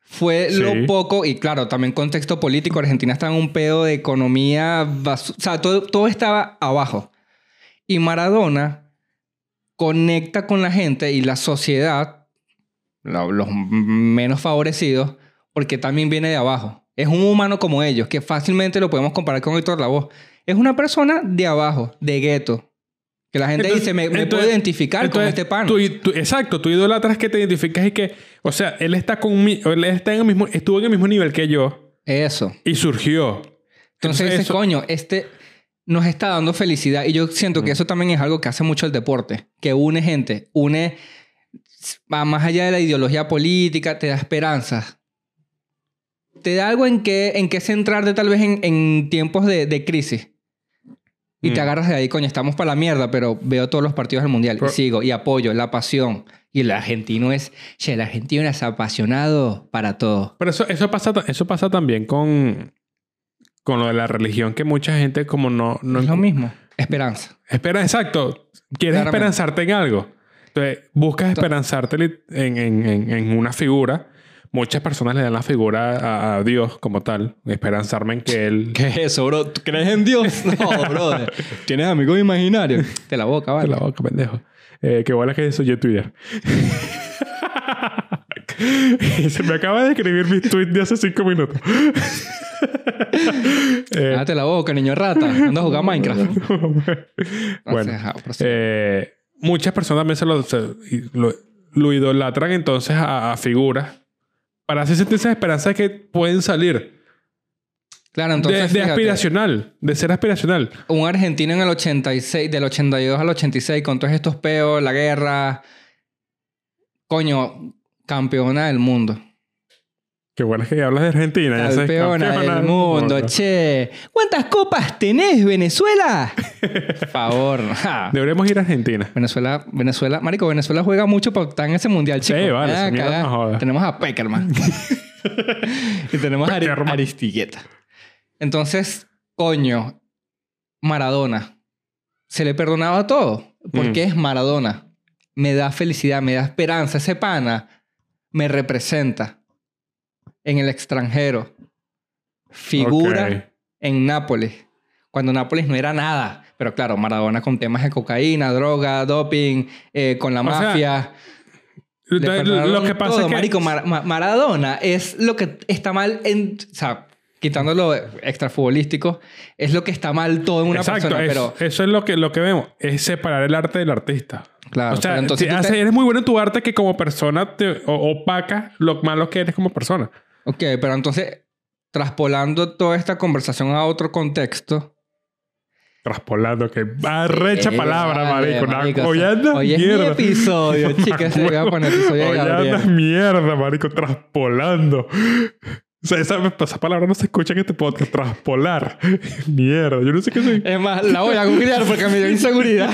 A: Fue lo
B: Sí.
A: poco, y claro, también contexto político, Argentina estaba en un pedo de economía, basu- o sea, todo, todo estaba abajo. Y Maradona conecta con la gente y la sociedad, la- los m- menos favorecidos, porque también viene de abajo. Es un humano como ellos, que fácilmente lo podemos comparar con Héctor Lavoe. Es una persona de abajo, de gueto. Que la gente
B: Entonces-
A: dice, me, me puedo
B: entonces-
A: identificar con
B: entonces,
A: este pan.
B: tú- tú- exacto, tú idolatras que te identificas y que, o sea, él está con mi- él está en el mismo, estuvo en el mismo nivel que yo
A: Eso.
B: y surgió.
A: Entonces dices,
B: eso-
A: coño, este nos está dando felicidad. Y yo siento que eso también es algo que hace mucho el deporte, que une gente, une, va más allá de la ideología política, te da esperanzas. Te da algo en que, en que centrarte tal vez en, en tiempos de, de crisis. Y te
B: Mm.
A: agarras de ahí, coño, estamos para la mierda, pero veo todos los partidos del Mundial
B: Pero-
A: y sigo, y apoyo, la pasión. Y el argentino es, che, el argentino es apasionado para todo.
B: Pero eso, eso, pasa, ta- eso pasa también con, con lo de la religión, que mucha gente como no... no
A: es lo mismo. Esperanza.
B: Espera, exacto. Quieres
A: Claramente.
B: esperanzarte en algo. Entonces, buscas esperanzarte li- en, en- en- en una figura. Muchas personas le dan la figura a, a Dios como tal. Esperanzarme en que Él...
A: ¿Qué es eso, bro? ¿Tú crees en Dios? No, brother. ¿Tienes amigos imaginarios? Te la boca,
B: Te
A: vale.
B: la boca, pendejo. Eh, qué bola que eso yo en Twitter. Se me acaba de escribir mi tweet de hace cinco minutos. Eh,
A: Cállate la boca, niño rata. Anda a jugar Minecraft.
B: bueno,
A: Entonces, ah, prosigue.
B: eh, muchas personas también se lo, se- y lo- lo idolatran entonces a, a figuras para hacer sentir esas esperanzas que pueden salir
A: claro,
B: de,
A: entonces.
B: de
A: fíjate,
B: aspiracional, de ser aspiracional.
A: Un argentino en el 86, del 82 al 86, con todos estos peos, la guerra. Coño, campeona del mundo.
B: Qué bueno es que hablas de Argentina. ya sabes,
A: Campeona del mundo, che. ¿Cuántas copas tenés, Venezuela? Por favor. ja.
B: Deberíamos ir a Argentina.
A: Venezuela, Venezuela, Marico, Venezuela juega mucho para estar en ese mundial,
B: Sí,
A: chico.
B: vale,
A: Ah,
B: esa mierda
A: cagá.
B: no joda.
A: Tenemos a Peckerman. y tenemos a Ari-
B: Peckerman.
A: Aristigueta. Entonces, coño, Maradona. Se le perdonaba todo. Porque
B: Mm.
A: es Maradona. Me da felicidad, me da esperanza. Ese pana me representa en el extranjero. Figura
B: Ok.
A: en Nápoles, cuando Nápoles no era nada. Pero claro, Maradona con temas de cocaína, droga, doping, eh, con la
B: sea,
A: mafia.
B: Lo,
A: le
B: lo- lo
A: perdonaron
B: que pasa
A: todo,
B: es que...
A: marico, Mar- Ma- Maradona es lo que está mal en... O sea, quitando lo extrafutbolístico, es lo que está mal todo en una
B: Exacto,
A: persona.
B: es-
A: pero,
B: eso es lo que, lo que vemos. Es separar el arte del artista.
A: claro,
B: o sea,
A: pero entonces...
B: si
A: tú te-
B: haces- eres muy bueno en tu arte que como persona te o- opaca lo malo que eres como persona.
A: Ok, pero entonces, traspolando toda esta conversación a otro contexto...
B: Traspolando, que arrecha
A: Eh,
B: palabra,
A: vale,
B: marico.
A: marico,
B: na- Hoy
A: o sea,
B: andas
A: hoy es mi
B: mierda.
A: episodio, chicas. Voy a poner episodio de
B: Hoy
A: Gabriel.
B: andas mierda, marico. Traspolando. O sea, esa, esa palabra no se escucha en este podcast. Traspolar. mierda. Yo no sé qué soy.
A: Es más, la voy a googlear porque me dio inseguridad.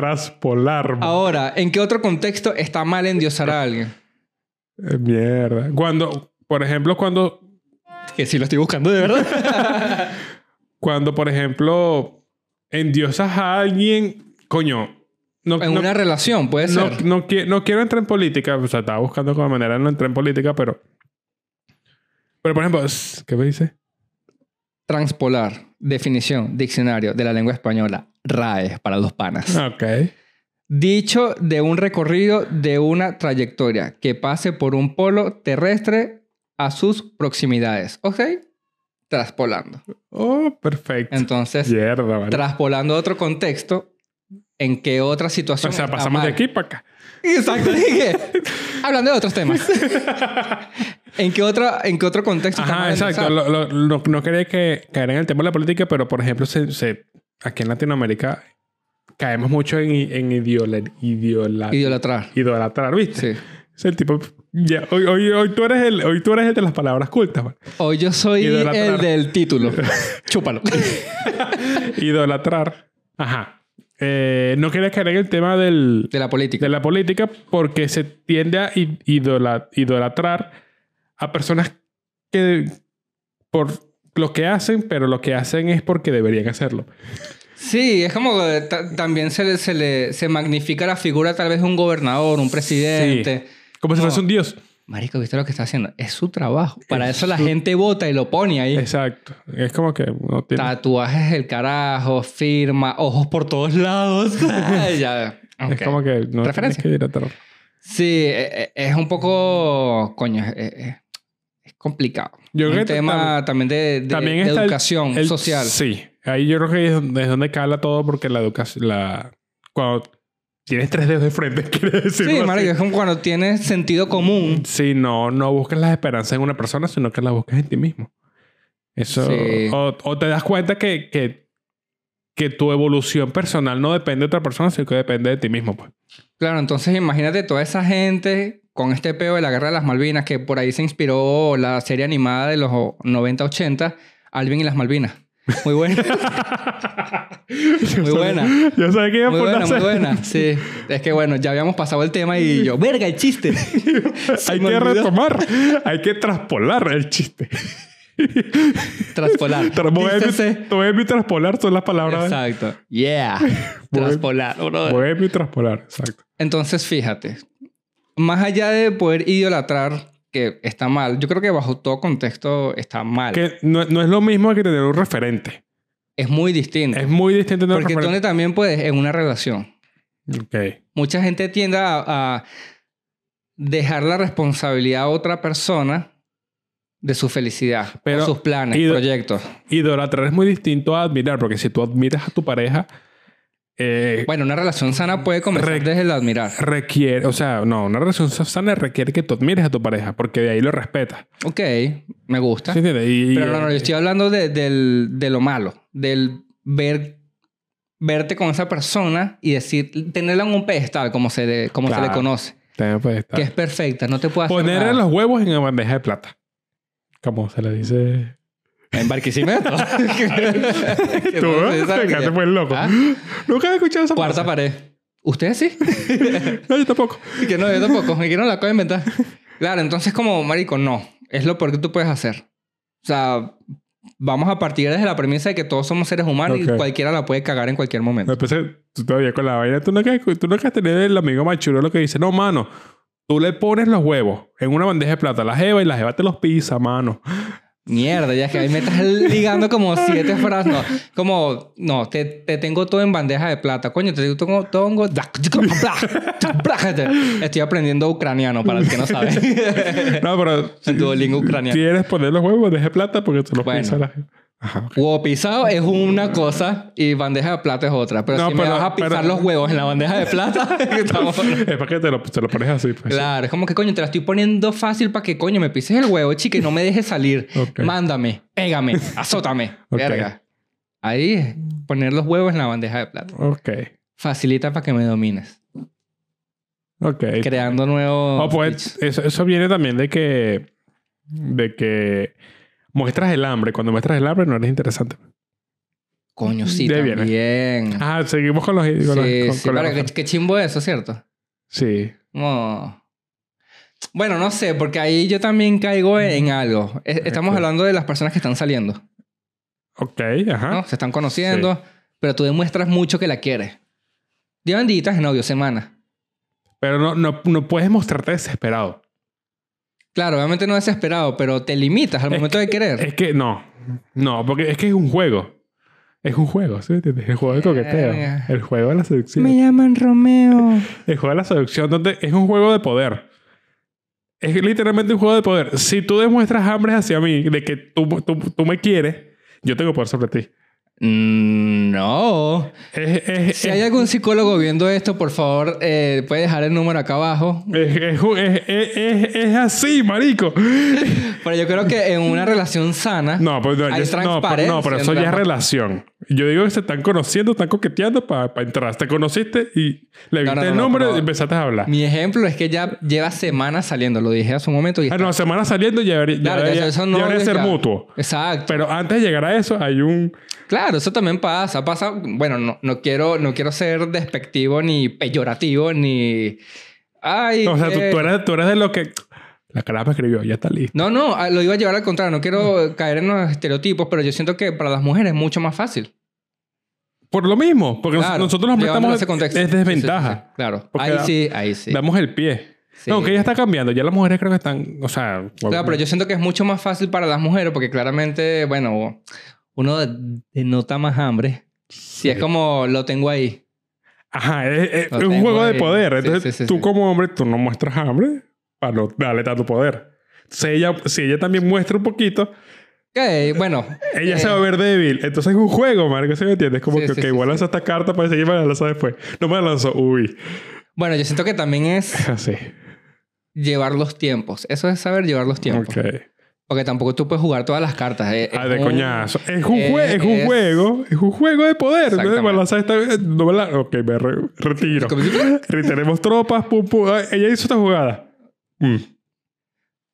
B: Traspolar.
A: Ahora, ¿en qué otro contexto está mal endiosar a alguien?
B: Eh, Mierda. Cuando, por ejemplo, cuando
A: que sí lo estoy buscando de verdad.
B: Cuando, por ejemplo, endiosas a alguien, coño, no,
A: en
B: no-
A: una relación, puede
B: no,
A: ser.
B: no qui- no quiero entrar en política, o sea, estaba buscando como manera de no entrar en política, pero... Pero, por ejemplo, s- ¿qué me dice?
A: Transpolar, definición, diccionario de la lengua española, RAE para los panas.
B: Ok.
A: Dicho de un recorrido de una trayectoria que pase por un polo terrestre a sus proximidades. ¿Ok? Traspolando.
B: Oh, perfecto.
A: Entonces,
B: Mierda, vale.
A: traspolando a otro contexto, ¿en qué otra situación?
B: O sea,
A: está
B: pasamos de
A: mal?
B: aquí para acá.
A: Exacto, dije. Hablando de otros temas. ¿En qué, otra, ¿En qué otro contexto? está
B: Ajá,
A: mal
B: exacto.
A: usado?
B: Lo- lo- lo- no quería que caer en el tema de la política, pero por ejemplo, se, se- aquí en Latinoamérica caemos mucho en, i- en idiola- idiola-
A: Idolatrar.
B: idolatrar, ¿viste?
A: Sí.
B: Es el tipo. ya, hoy, hoy, hoy, tú eres el, hoy tú eres el de las palabras cultas. man.
A: Hoy yo soy
B: Idolatrar.
A: el del título. Chúpalo.
B: Idolatrar. Ajá. Eh, no quería caer en el tema del,
A: De la política.
B: de la política porque se tiende a i- idola- idolatrar a personas que por lo que hacen, pero lo que hacen es porque deberían hacerlo.
A: Sí, es como que ta- también se le, se le se magnifica la figura tal vez de un gobernador, un presidente.
B: Como si
A: No.
B: fuese un dios.
A: Marico, ¿viste lo que está haciendo? Es su trabajo. Para
B: Es
A: eso la
B: su-
A: gente vota y lo pone ahí.
B: Exacto. Es como que no tiene...
A: Tatuajes del carajo, firma, ojos por todos lados. Ay, ya.
B: Es
A: ok.
B: como que no tienes
A: Referencia.
B: que ir a terror.
A: Sí, e- e- es un poco, coño, e- e- es complicado.
B: Yo
A: Es
B: creo
A: un
B: que
A: tema también de, de-
B: También
A: de
B: está el-
A: educación
B: El-
A: social.
B: Sí. Ahí yo creo que es donde, es donde cala todo porque la educación... La... Cuando tienes tres dedos de frente, quiere decir.
A: Sí, marico, es como cuando tienes sentido común.
B: Sí, no, no buscas las esperanzas en una persona, sino que las buscas en ti mismo. Eso.
A: Sí.
B: O, o te das cuenta que, que, que tu evolución personal no depende de otra persona, sino que depende de ti mismo. Pues.
A: Claro, entonces imagínate toda esa gente con este peo de la guerra de las Malvinas, que por ahí se inspiró la serie animada de los 90-80, Alvin y las Malvinas. Muy buena, muy buena.
B: Yo sabía que iba
A: Muy
B: por
A: buena,
B: la
A: muy
B: serie.
A: buena. Sí, es que bueno, ya habíamos pasado el tema y yo, verga, el chiste. Se
B: Hay
A: me
B: que
A: olvidó.
B: retomar, hay que traspolar el chiste.
A: Traspolar. Dícese-
B: Mover mover y traspolar son las palabras. de-
A: Exacto. Yeah.
B: Bueno.
A: Traspolar, brother.
B: Mover y traspolar, exacto.
A: Entonces, fíjate. Más allá de poder idolatrar, que está mal, yo creo que bajo todo contexto está mal.
B: Que no, no es lo mismo que tener un referente.
A: Es muy distinto.
B: Es muy distinto tener un
A: Porque entonces
B: referente.
A: también puedes, en una relación,
B: Ok.
A: mucha gente tiende a, a dejar la responsabilidad a otra persona de su felicidad,
B: Pero-
A: Pero, sus planes,
B: ido-
A: proyectos.
B: Idolatrar es muy distinto a admirar, porque si tú admiras a tu pareja, eh,
A: Bueno, una relación sana puede comenzar
B: Re-
A: desde el admirar.
B: requiere, o sea, no, una relación sana requiere que tú admires a tu pareja, porque de ahí lo respetas.
A: Ok, me gusta.
B: ¿Sí eh, entiendes? Y-
A: Pero no, no, yo estoy hablando de, del- de lo malo, del ver verte con esa persona y decir tenerla en un pedestal como se le, como se
B: Claro.
A: le conoce,
B: También puede estar.
A: que es perfecta, no te puedes
B: Poner
A: hacer nada.
B: los huevos en la bandeja de plata. Como se le dice.
A: en Barquisimeto. Que
B: Tú,
A: puedes
B: ¿eh?
A: pensar
B: Acá
A: que-
B: te fue el loco.
A: ¿Ah?
B: Nunca he escuchado esa
A: Cuarta
B: frase.
A: pared. ¿Ustedes sí?
B: No, yo tampoco.
A: Y que no, yo tampoco. Y que no la acabo de inventar. Claro, entonces como, marico, no. Es lo peor que tú puedes hacer. O sea, vamos a partir desde la premisa de que todos somos seres humanos
B: Ok.
A: y cualquiera la puede cagar en cualquier momento.
B: Me pensé, pues, eh, tú todavía con la vaina. Tú nunca, has- tú nunca has tenido el amigo machurolo que dice, no, mano, tú le pones los huevos en una bandeja de plata a la jeva y la jeva te los pisa, mano.
A: Mierda, ya es que ahí me estás ligando como siete frases. No, como, no, te, te tengo todo en bandeja de plata. Coño, te tengo todo en... go- Estoy aprendiendo ucraniano, para el que no sabe.
B: No, pero.
A: El Duolingo ucraniano.
B: Quieres poner los huevos, deje plata porque te los
A: Bueno.
B: pisa la gente. Ajá.
A: Huevopizado es una cosa y bandeja de plata es otra. Pero
B: No,
A: si me
B: pero-
A: vas a pisar
B: pero- Pues
A: los huevos en la bandeja de plata, estamos-
B: Es para que te lo, te lo pones así. pues.
A: Claro, es como que coño, te la estoy poniendo fácil para que coño me pises el huevo, chica, y no me dejes salir.
B: Ok.
A: Mándame, pégame, azótame.
B: Ok.
A: Verga. Ahí es poner los huevos en la bandeja de plata.
B: Ok.
A: Facilita para que me domines.
B: Ok.
A: Creando nuevos.
B: O Eh, pues,
A: speech.
B: eso, eso viene también de que. De que. Muestras el hambre. Cuando muestras el hambre no eres interesante.
A: Coño, sí,
B: de viene.
A: también.
B: Ah, seguimos con los. Con
A: sí,
B: los- con-
A: sí,
B: con la
A: para que,
B: cosa.
A: que chimbo eso, ¿cierto?
B: Sí.
A: No. Bueno, no sé, porque ahí yo también caigo en algo. Es- Estamos
B: Ok.
A: hablando de las personas que están saliendo,
B: Ok, ajá.
A: ¿no? Se están conociendo, pero tú demuestras mucho que la quieres. Llevan días de novio, semanas.
B: Pero no, no, no puedes mostrarte desesperado.
A: Claro, obviamente no desesperado, pero te limitas al
B: Es
A: momento de querer.
B: Es que no. No, porque es que es un juego. Es un juego, ¿sí? me entiendes? El juego de coqueteo.
A: Verga.
B: El juego de la seducción.
A: Me llaman Romeo.
B: El juego de la seducción donde es un juego de poder. Es literalmente un juego de poder. Si tú demuestras hambre hacia mí de que tú, tú, tú me quieres, yo tengo poder sobre ti.
A: Mm, No.
B: Es, es,
A: Si
B: es-
A: hay algún psicólogo viendo esto, por favor, eh, puede dejar el número acá abajo.
B: es- es un- es- es- es- es así, marico.
A: Pero yo creo que en una relación sana.
B: No, pues no,
A: Hay
B: yo- no, pero, no, pero
A: transparencia
B: eso
A: entre
B: ya es
A: ambos.
B: relación. Yo digo que se están conociendo, están coqueteando para entrar. Te conociste y le
A: No, no,
B: viste
A: no,
B: el
A: no,
B: nombre
A: pero-
B: y empezaste a hablar.
A: Mi ejemplo es que ya lleva semanas saliendo, lo dije hace un momento. Y
B: Ah, no, semana saliendo ya debería, ya
A: Claro, ya
B: debería-
A: son
B: ya debería
A: novios,
B: ser
A: ya.
B: mutuo.
A: Exacto.
B: Pero antes de llegar a eso, hay un.
A: Claro, eso también pasa. Pasa, bueno, no, no, quiero, no quiero ser despectivo ni peyorativo ni. Ay.
B: O sea, tú,
A: eh,
B: tú eres, tú eres de lo que. La cara me escribió, ya está listo.
A: No, no, a- lo iba a llevar al contrario. No
B: Mm.
A: quiero caer en los estereotipos, pero yo siento que para las mujeres es mucho más fácil.
B: Por lo mismo, porque nos-
A: Claro,
B: nosotros nos
A: llevándolo a
B: metamos.
A: ese contexto.
B: Es
A: Sí, sí,
B: desventaja.
A: sí, Claro.
B: Porque
A: ahí
B: da-
A: sí, ahí sí.
B: Damos el pie.
A: Sí.
B: No, que ya está cambiando. Ya las mujeres creo que están. O sea.
A: Claro, pero yo siento que es mucho más fácil para las mujeres porque claramente, bueno, uno denota más hambre. Si es como lo tengo ahí.
B: Ajá, es, es-
A: Lo
B: es un
A: tengo
B: juego de
A: ahí.
B: poder.
A: Sí,
B: Entonces,
A: sí, sí,
B: tú
A: sí.
B: como hombre, tú no muestras hambre para no darle tanto poder. Si ella, si ella también muestra un poquito,
A: Ok, bueno.
B: ella
A: eh,
B: se va a ver débil. Entonces es un juego, Marco, ¿sí me entiendes? Como
A: Sí,
B: que,
A: sí,
B: ok,
A: sí,
B: voy a
A: sí.
B: lanzar esta carta para seguir me la lanzo después. No me la lanzo, uy.
A: Bueno, yo siento que también es
B: Así.
A: llevar los tiempos. Eso es saber llevar los tiempos.
B: Ok.
A: Porque tampoco tú puedes jugar todas las cartas. eh,
B: Ah,
A: es
B: de
A: un-
B: coñazo. Es un,
A: eh,
B: jue- es un
A: es-
B: juego, es un juego de poder. Entonces me
A: Exactamente.
B: lanzas esta. No me la- ok, me re- retiro.
A: Como si-
B: Retiremos tropas, pum, pum. Ah, Ella hizo esta jugada. Mm.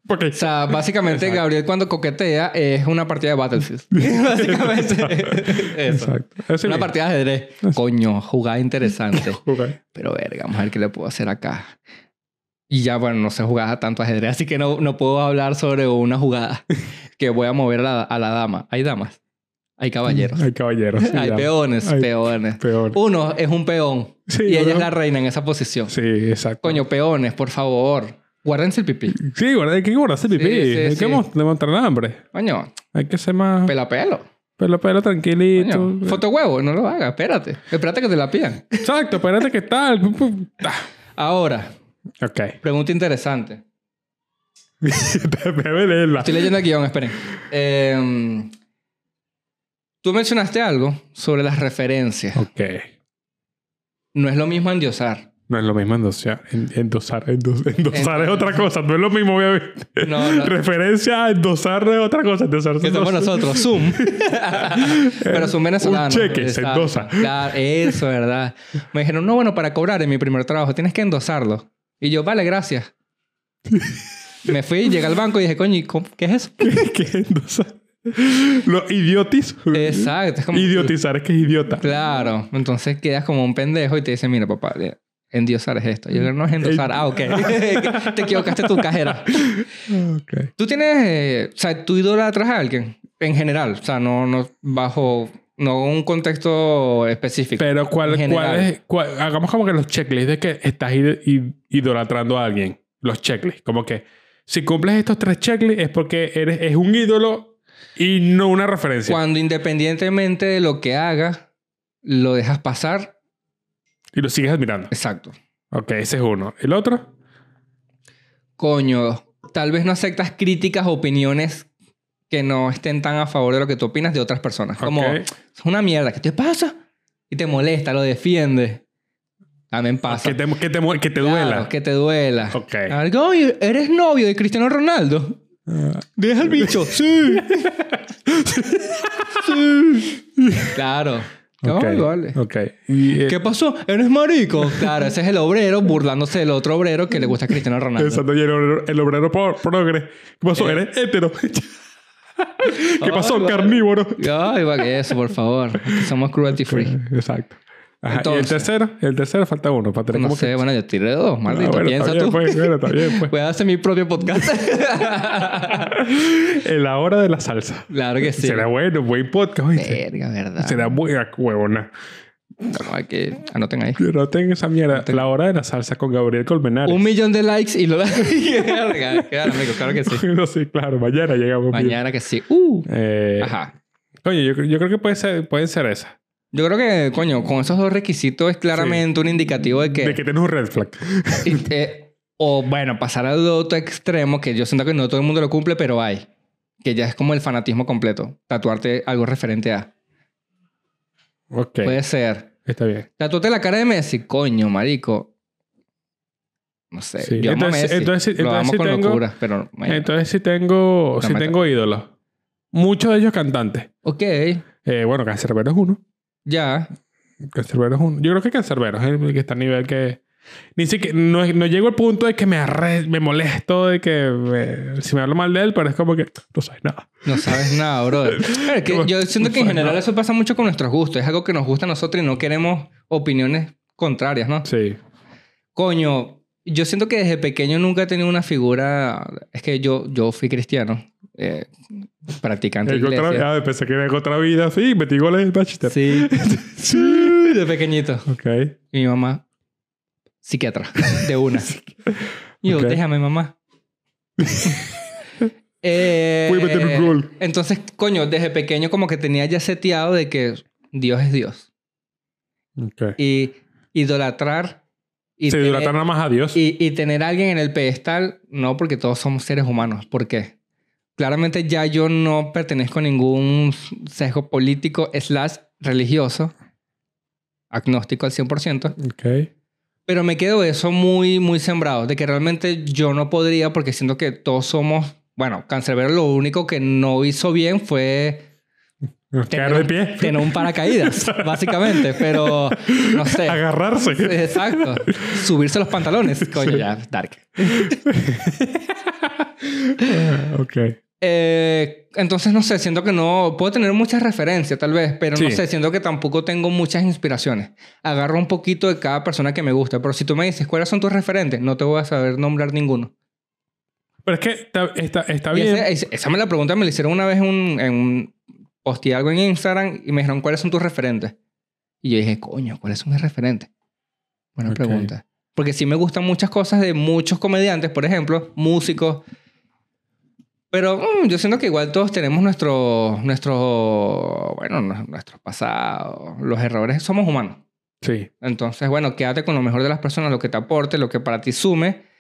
B: Ok.
A: O sea, básicamente
B: Exacto.
A: Gabriel cuando coquetea es una partida de Battlefield. básicamente. Eso.
B: Exacto. Así
A: Una
B: mismo.
A: partida de ajedrez. Coño, jugada interesante.
B: Ok.
A: pero verga, vamos a ver qué le puedo hacer acá. Y ya, bueno, no sé jugar tanto ajedrez, así que no, no puedo hablar sobre una jugada que voy a mover a la, a la dama. Hay damas, hay caballeros,
B: Hay caballeros. sí,
A: hay
B: ya.
A: peones,
B: Hay
A: peones.
B: Peor.
A: Uno es un peón
B: Sí,
A: y ella es
B: ¿no?
A: la reina en esa posición.
B: Sí, exacto.
A: Coño, peones, por favor, guárdense el pipí.
B: Sí, guarda, hay que guardarse pipí.
A: Sí, sí,
B: hay
A: sí.
B: que mos- levantar el hambre.
A: Coño,
B: Hay que ser más
A: pela pelo.
B: pelo, pelo tranquilito.
A: Coño, foto huevo, no lo hagas, espérate. Espérate que te la pidan.
B: Exacto, espérate que tal. Pum, pum. Ah.
A: Ahora,
B: Ok.
A: pregunta interesante.
B: Déjame leerla.
A: Estoy leyendo el guión, esperen. Eh, tú mencionaste algo sobre las referencias.
B: Ok.
A: No es lo mismo endiosar.
B: No es lo mismo endosar. en- Endosar, endos- endosar es
A: Entonces-
B: otra cosa. No es lo mismo, obviamente.
A: No, Eh. no.
B: Referencia a endosar es otra cosa. Endosar es
A: Que somos
B: endosar.
A: nosotros, Zoom. Pero Zoom venezolano.
B: Un cheque, se
A: Exacto.
B: endosa.
A: Claro, eso, ¿verdad? Me dijeron, no, bueno, para cobrar en mi primer trabajo tienes que endosarlo. Y yo, vale, gracias. Me fui, llegué al banco y dije, coño, ¿y cómo- ¿qué es eso?
B: ¿Qué es endosar? Lo idiotiz.
A: Exacto. Es como,
B: Idiotizar es que es idiota.
A: Claro. Entonces quedas como un pendejo y te dicen, mira, papá, eh, endiosar es esto. Y yo, no es endosar. Ah, ok. te equivocaste tu cajera.
B: Ok.
A: Tú tienes, eh, o sea, tú idolatras a alguien en general, o sea, no, no bajo, no un contexto específico.
B: Pero ¿cuál,
A: En general.
B: cuál es...? cuál- hagamos como que los checklists de que estás id- id- idolatrando a alguien. Los checklists. Como que si cumples estos tres checklists es porque eres es un ídolo y no una referencia.
A: Cuando independientemente de lo que hagas, lo dejas pasar,
B: Y lo sigues admirando.
A: exacto.
B: Ok, ese es uno. ¿El otro?
A: Coño, tal vez no aceptas críticas o opiniones que no estén tan a favor de lo que tú opinas de otras personas. Como,
B: Ok.
A: es una mierda, ¿qué te pasa? Y te molesta, lo defiendes. También pasa.
B: Que te, que te, mu- que te
A: Claro,
B: duela.
A: que te duela.
B: Ok.
A: Algo, "Oye, eres novio de Cristiano Ronaldo.
B: Ah.
A: Deja el bicho. Sí. Claro. No,
B: Ok,
A: vale.
B: ok. Y, eh,
A: ¿Qué pasó? ¿Eres marico? Claro, ese es el obrero burlándose del otro obrero que le gusta a Cristiano Ronaldo.
B: pensando, y el obrero, el obrero pro- progre. ¿Qué
A: Eh.
B: pasó? Eres hétero. ¿Qué pasó?
A: vale.
B: Carnívoro.
A: Ay, va que eso, por favor. Aquí Somos cruelty free.
B: Exacto. Ajá,
A: Entonces-
B: y el tercero, el tercero falta uno para tener
A: No
B: como
A: sé,
B: que...
A: bueno, yo tiré dos,
B: Ah,
A: maldito.
B: bueno,
A: piensa
B: está bien,
A: tú.
B: pues, bueno, está bien, pues.
A: Voy a hacer mi propio podcast.
B: En la hora de la salsa.
A: claro que sí.
B: Será bueno, buen podcast, ¿oíste?
A: Verga, verdad.
B: Será muy a huevona.
A: No, hay que... Anoten ahí.
B: Pero no tengo esa mierda.
A: tengo.
B: La hora de la salsa con Gabriel Colmenares.
A: Un millón de likes y lo da. Verga, claro, amigo, claro que sí.
B: no sé, claro. Mañana llegamos.
A: Mañana que sí. Uh.
B: Eh,
A: Ajá.
B: Coño, yo, cre- yo creo que puede ser, pueden ser esas.
A: Yo creo que, coño, con esos dos requisitos es claramente un indicativo de que...
B: De que tienes un red flag.
A: Y te- o bueno, pasar al otro extremo, que yo siento que no todo el mundo lo cumple, pero hay. Que ya es como el fanatismo completo. Tatuarte algo referente a.
B: Ok.
A: Puede ser.
B: Está bien.
A: Tatuarte la cara de Messi, coño, marico. No sé.
B: Sí.
A: Yo amo a
B: Entonces-
A: Messi.
B: entonces-
A: lo
B: entonces
A: amo con
B: tengo-
A: locura, pero. bueno.
B: Entonces sí tengo, sí
A: me-
B: tengo ídolos. Muchos de ellos cantantes.
A: ok,
B: Eh, bueno, Cancerbero es uno.
A: ya.
B: Cancerbero es uno. Yo creo que Cancerbero es el que está a nivel que... Ni siquiera... No, es- no llego al punto de que me, arre- me molesto, de que me- si me hablo mal de él, pero es como que no sabes nada.
A: No sabes nada, bro.
B: Como-
A: yo siento
B: no
A: que en
B: sabes
A: general
B: nada.
A: eso pasa mucho con nuestros gustos. Es algo que nos gusta a nosotros y no queremos opiniones contrarias, ¿no?
B: Sí.
A: Coño, yo siento que desde pequeño nunca he tenido una figura. Es que yo, yo fui cristiano, eh, practicante de
B: Digo otra-
A: iglesia.
B: ah, pensé que era otra vida. Sí, metí goles en Manchester.
A: Sí,
B: Sí.
A: de pequeñito.
B: Ok.
A: Y mi mamá, psiquiatra, de una. Y yo,
B: Ok.
A: déjame, mamá. Eh,
B: Voy a meter un gol.
A: Entonces, coño, desde pequeño como que tenía ya seteado de que Dios es Dios.
B: Ok.
A: Y idolatrar. Y
B: Se
A: tener-
B: idolatran nada más a Dios.
A: Y, y tener a alguien en el pedestal, no, porque todos somos seres humanos. ¿Por qué? Claramente ya yo no pertenezco a ningún sesgo político slash religioso, agnóstico al 100%,
B: Ok.
A: pero me quedo eso muy, muy sembrado, de que realmente yo no podría porque siento que todos somos, bueno, Cancerbero lo único que no hizo bien fue
B: Caer de pie.
A: tener un paracaídas, básicamente, pero no sé.
B: Agarrarse.
A: Exacto. Subirse los pantalones. Coño,
B: Sí.
A: ya, dark.
B: Ah, ok.
A: Eh, entonces, no sé, siento que no... Puedo tener muchas referencias, tal vez, pero no
B: Sí.
A: sé, siento que tampoco tengo muchas inspiraciones. Agarro un poquito de cada persona que me gusta, pero si tú me dices, ¿cuáles son tus referentes? No te voy a saber nombrar ninguno.
B: Pero es que está, está, está
A: Y
B: bien.
A: ese- ese- esa me la pregunta me la hicieron una vez en un... En un posteé algo en Instagram y me dijeron, ¿cuáles son tus referentes? Y yo dije, coño, ¿cuáles son mis referentes? Buena
B: Ok.
A: pregunta. Porque sí me gustan muchas cosas de muchos comediantes, por ejemplo, músicos. Pero mm, yo siento que igual todos tenemos nuestro, nuestro, bueno, nu- nuestros pasados, los errores, somos humanos.
B: Sí.
A: Entonces, bueno, quédate con lo mejor de las personas, lo que te aporte, lo que para ti sume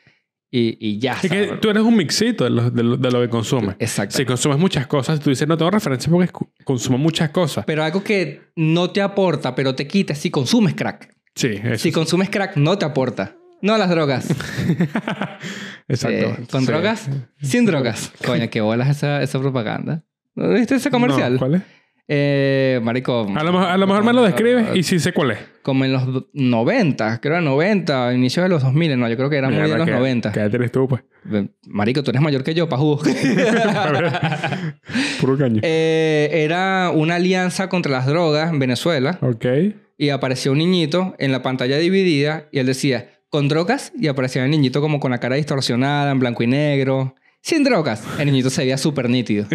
A: y, y ya.
B: Es que
A: ¿sabes?
B: tú eres un mixito de lo, de lo, de lo que consumes.
A: Exacto.
B: Si consumes muchas cosas, tú dices, no tengo referencias porque cu- consumo muchas cosas.
A: Pero algo que no te aporta, pero te quita, si consumes crack.
B: Sí, eso
A: Si
B: sí.
A: consumes crack, no te aporta. No las drogas.
B: Exacto.
A: Sí. ¿Con
B: Sí.
A: drogas? Sin drogas. Coño, qué bolas esa, esa propaganda. ¿No viste ese comercial?
B: No, ¿Cuál es?
A: Eh, marico. ah,
B: A lo, mejor- a lo mejor me lo describes y sí sé cuál es.
A: Como en los 90, creo en 90, inicios de los 2000. No, yo creo que era muy de
B: Mierda,
A: los
B: ¿qué-
A: 90.
B: ¿Qué eres tú, pues?
A: Marico, tú eres mayor que yo, pajú.
B: Puro caño.
A: Eh, era una alianza contra las drogas en Venezuela.
B: ok.
A: Y apareció un niñito en la pantalla dividida y él decía, con drogas. Y aparecía el niñito como con la cara distorsionada, en blanco y negro. Sin drogas. El niñito se veía súper nítido.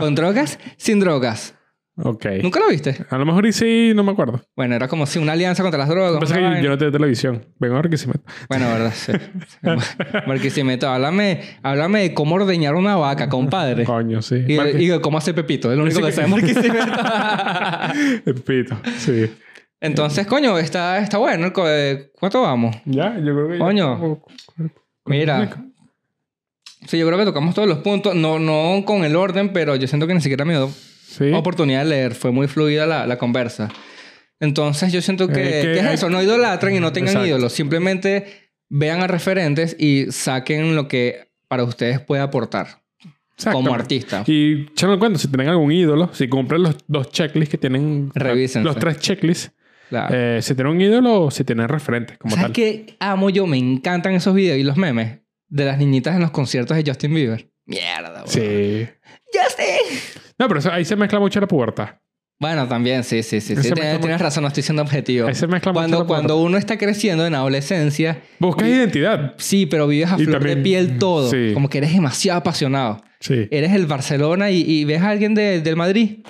A: Con drogas, sin drogas.
B: ok.
A: ¿Nunca lo viste?
B: A lo mejor y sí, no me acuerdo.
A: Bueno, era como si una alianza contra las drogas. una
B: Pasa que yo,
A: vaina.
B: yo no tengo televisión. Vengo ahora que sí me...
A: Bueno, verdad. Sí. Barquisimeto, háblame, háblame de cómo ordeñar una vaca, compadre.
B: Coño, sí.
A: Y,
B: Marque-
A: y de cómo hace Pepito, es lo único que sabemos que
B: El pito. Sí.
A: Entonces, coño, está, está bueno. el co- eh, ¿Cuánto vamos?
B: Ya, yo creo que... ya
A: Coño.
B: como-
A: Mira. Sí, yo creo que tocamos todos los puntos. No, no con el orden, pero yo siento que ni siquiera me dio
B: Sí.
A: oportunidad de leer. Fue muy fluida la, la conversa. Entonces yo siento que,
B: Eh, que
A: que es
B: hay-
A: eso. No idolatren y no tengan
B: Exacto.
A: ídolos. Simplemente vean a referentes y saquen lo que para ustedes puede aportar como
B: Exactamente.
A: artista.
B: Y echando en cuenta, si tienen algún ídolo, si cumplen los dos checklists que tienen.
A: Revísense.
B: Los tres checklists.
A: Claro.
B: eh, si tienen un ídolo o si tienen referentes, como
A: ¿Sabes
B: tal.
A: qué amo yo? Me encantan esos videos y los memes de las niñitas en los conciertos de Justin Bieber. Mierda, bro.
B: Sí.
A: ¡Justin!
B: No, pero eso- ahí se mezcla mucho la pubertad.
A: Bueno, también, sí, sí, sí. sí.
B: Ese
A: Tienes,
B: mezcla
A: tienes razón, no estoy siendo objetivo.
B: Ahí se mezcla mucho
A: Cuando,
B: la
A: cuando uno está creciendo en adolescencia,
B: Buscas identidad.
A: sí, pero vives a
B: Y
A: flor de
B: también-
A: piel todo.
B: sí.
A: Como que eres demasiado apasionado.
B: Sí,
A: Eres el Barcelona y, y ves a alguien de- del Madrid.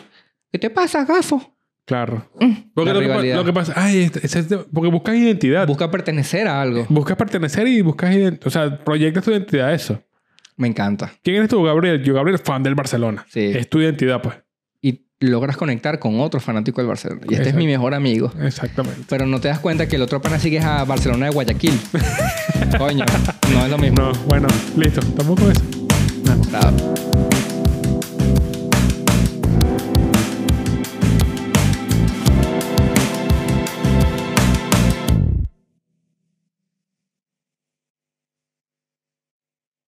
A: ¿Qué te pasa, gafo?
B: claro.
A: Mm.
B: Porque
A: La
B: lo que, pa-
A: rivalidad.
B: lo que pasa, ay, este- ese es de- porque buscas identidad.
A: Busca pertenecer a algo.
B: buscas pertenecer y buscas ident- O sea, proyectas tu identidad a eso.
A: Me encanta.
B: ¿Quién eres tú, Gabriel? Yo, Gabriel, fan del Barcelona.
A: Sí.
B: Es tu identidad, pues.
A: Y logras conectar con otro fanático del Barcelona. Y este es mi mejor amigo.
B: Exactamente.
A: Pero no te das cuenta que el otro pana sigue a Barcelona de Guayaquil. Coño, no es lo mismo.
B: No, bueno, listo. Estamos con eso.
A: Bravo.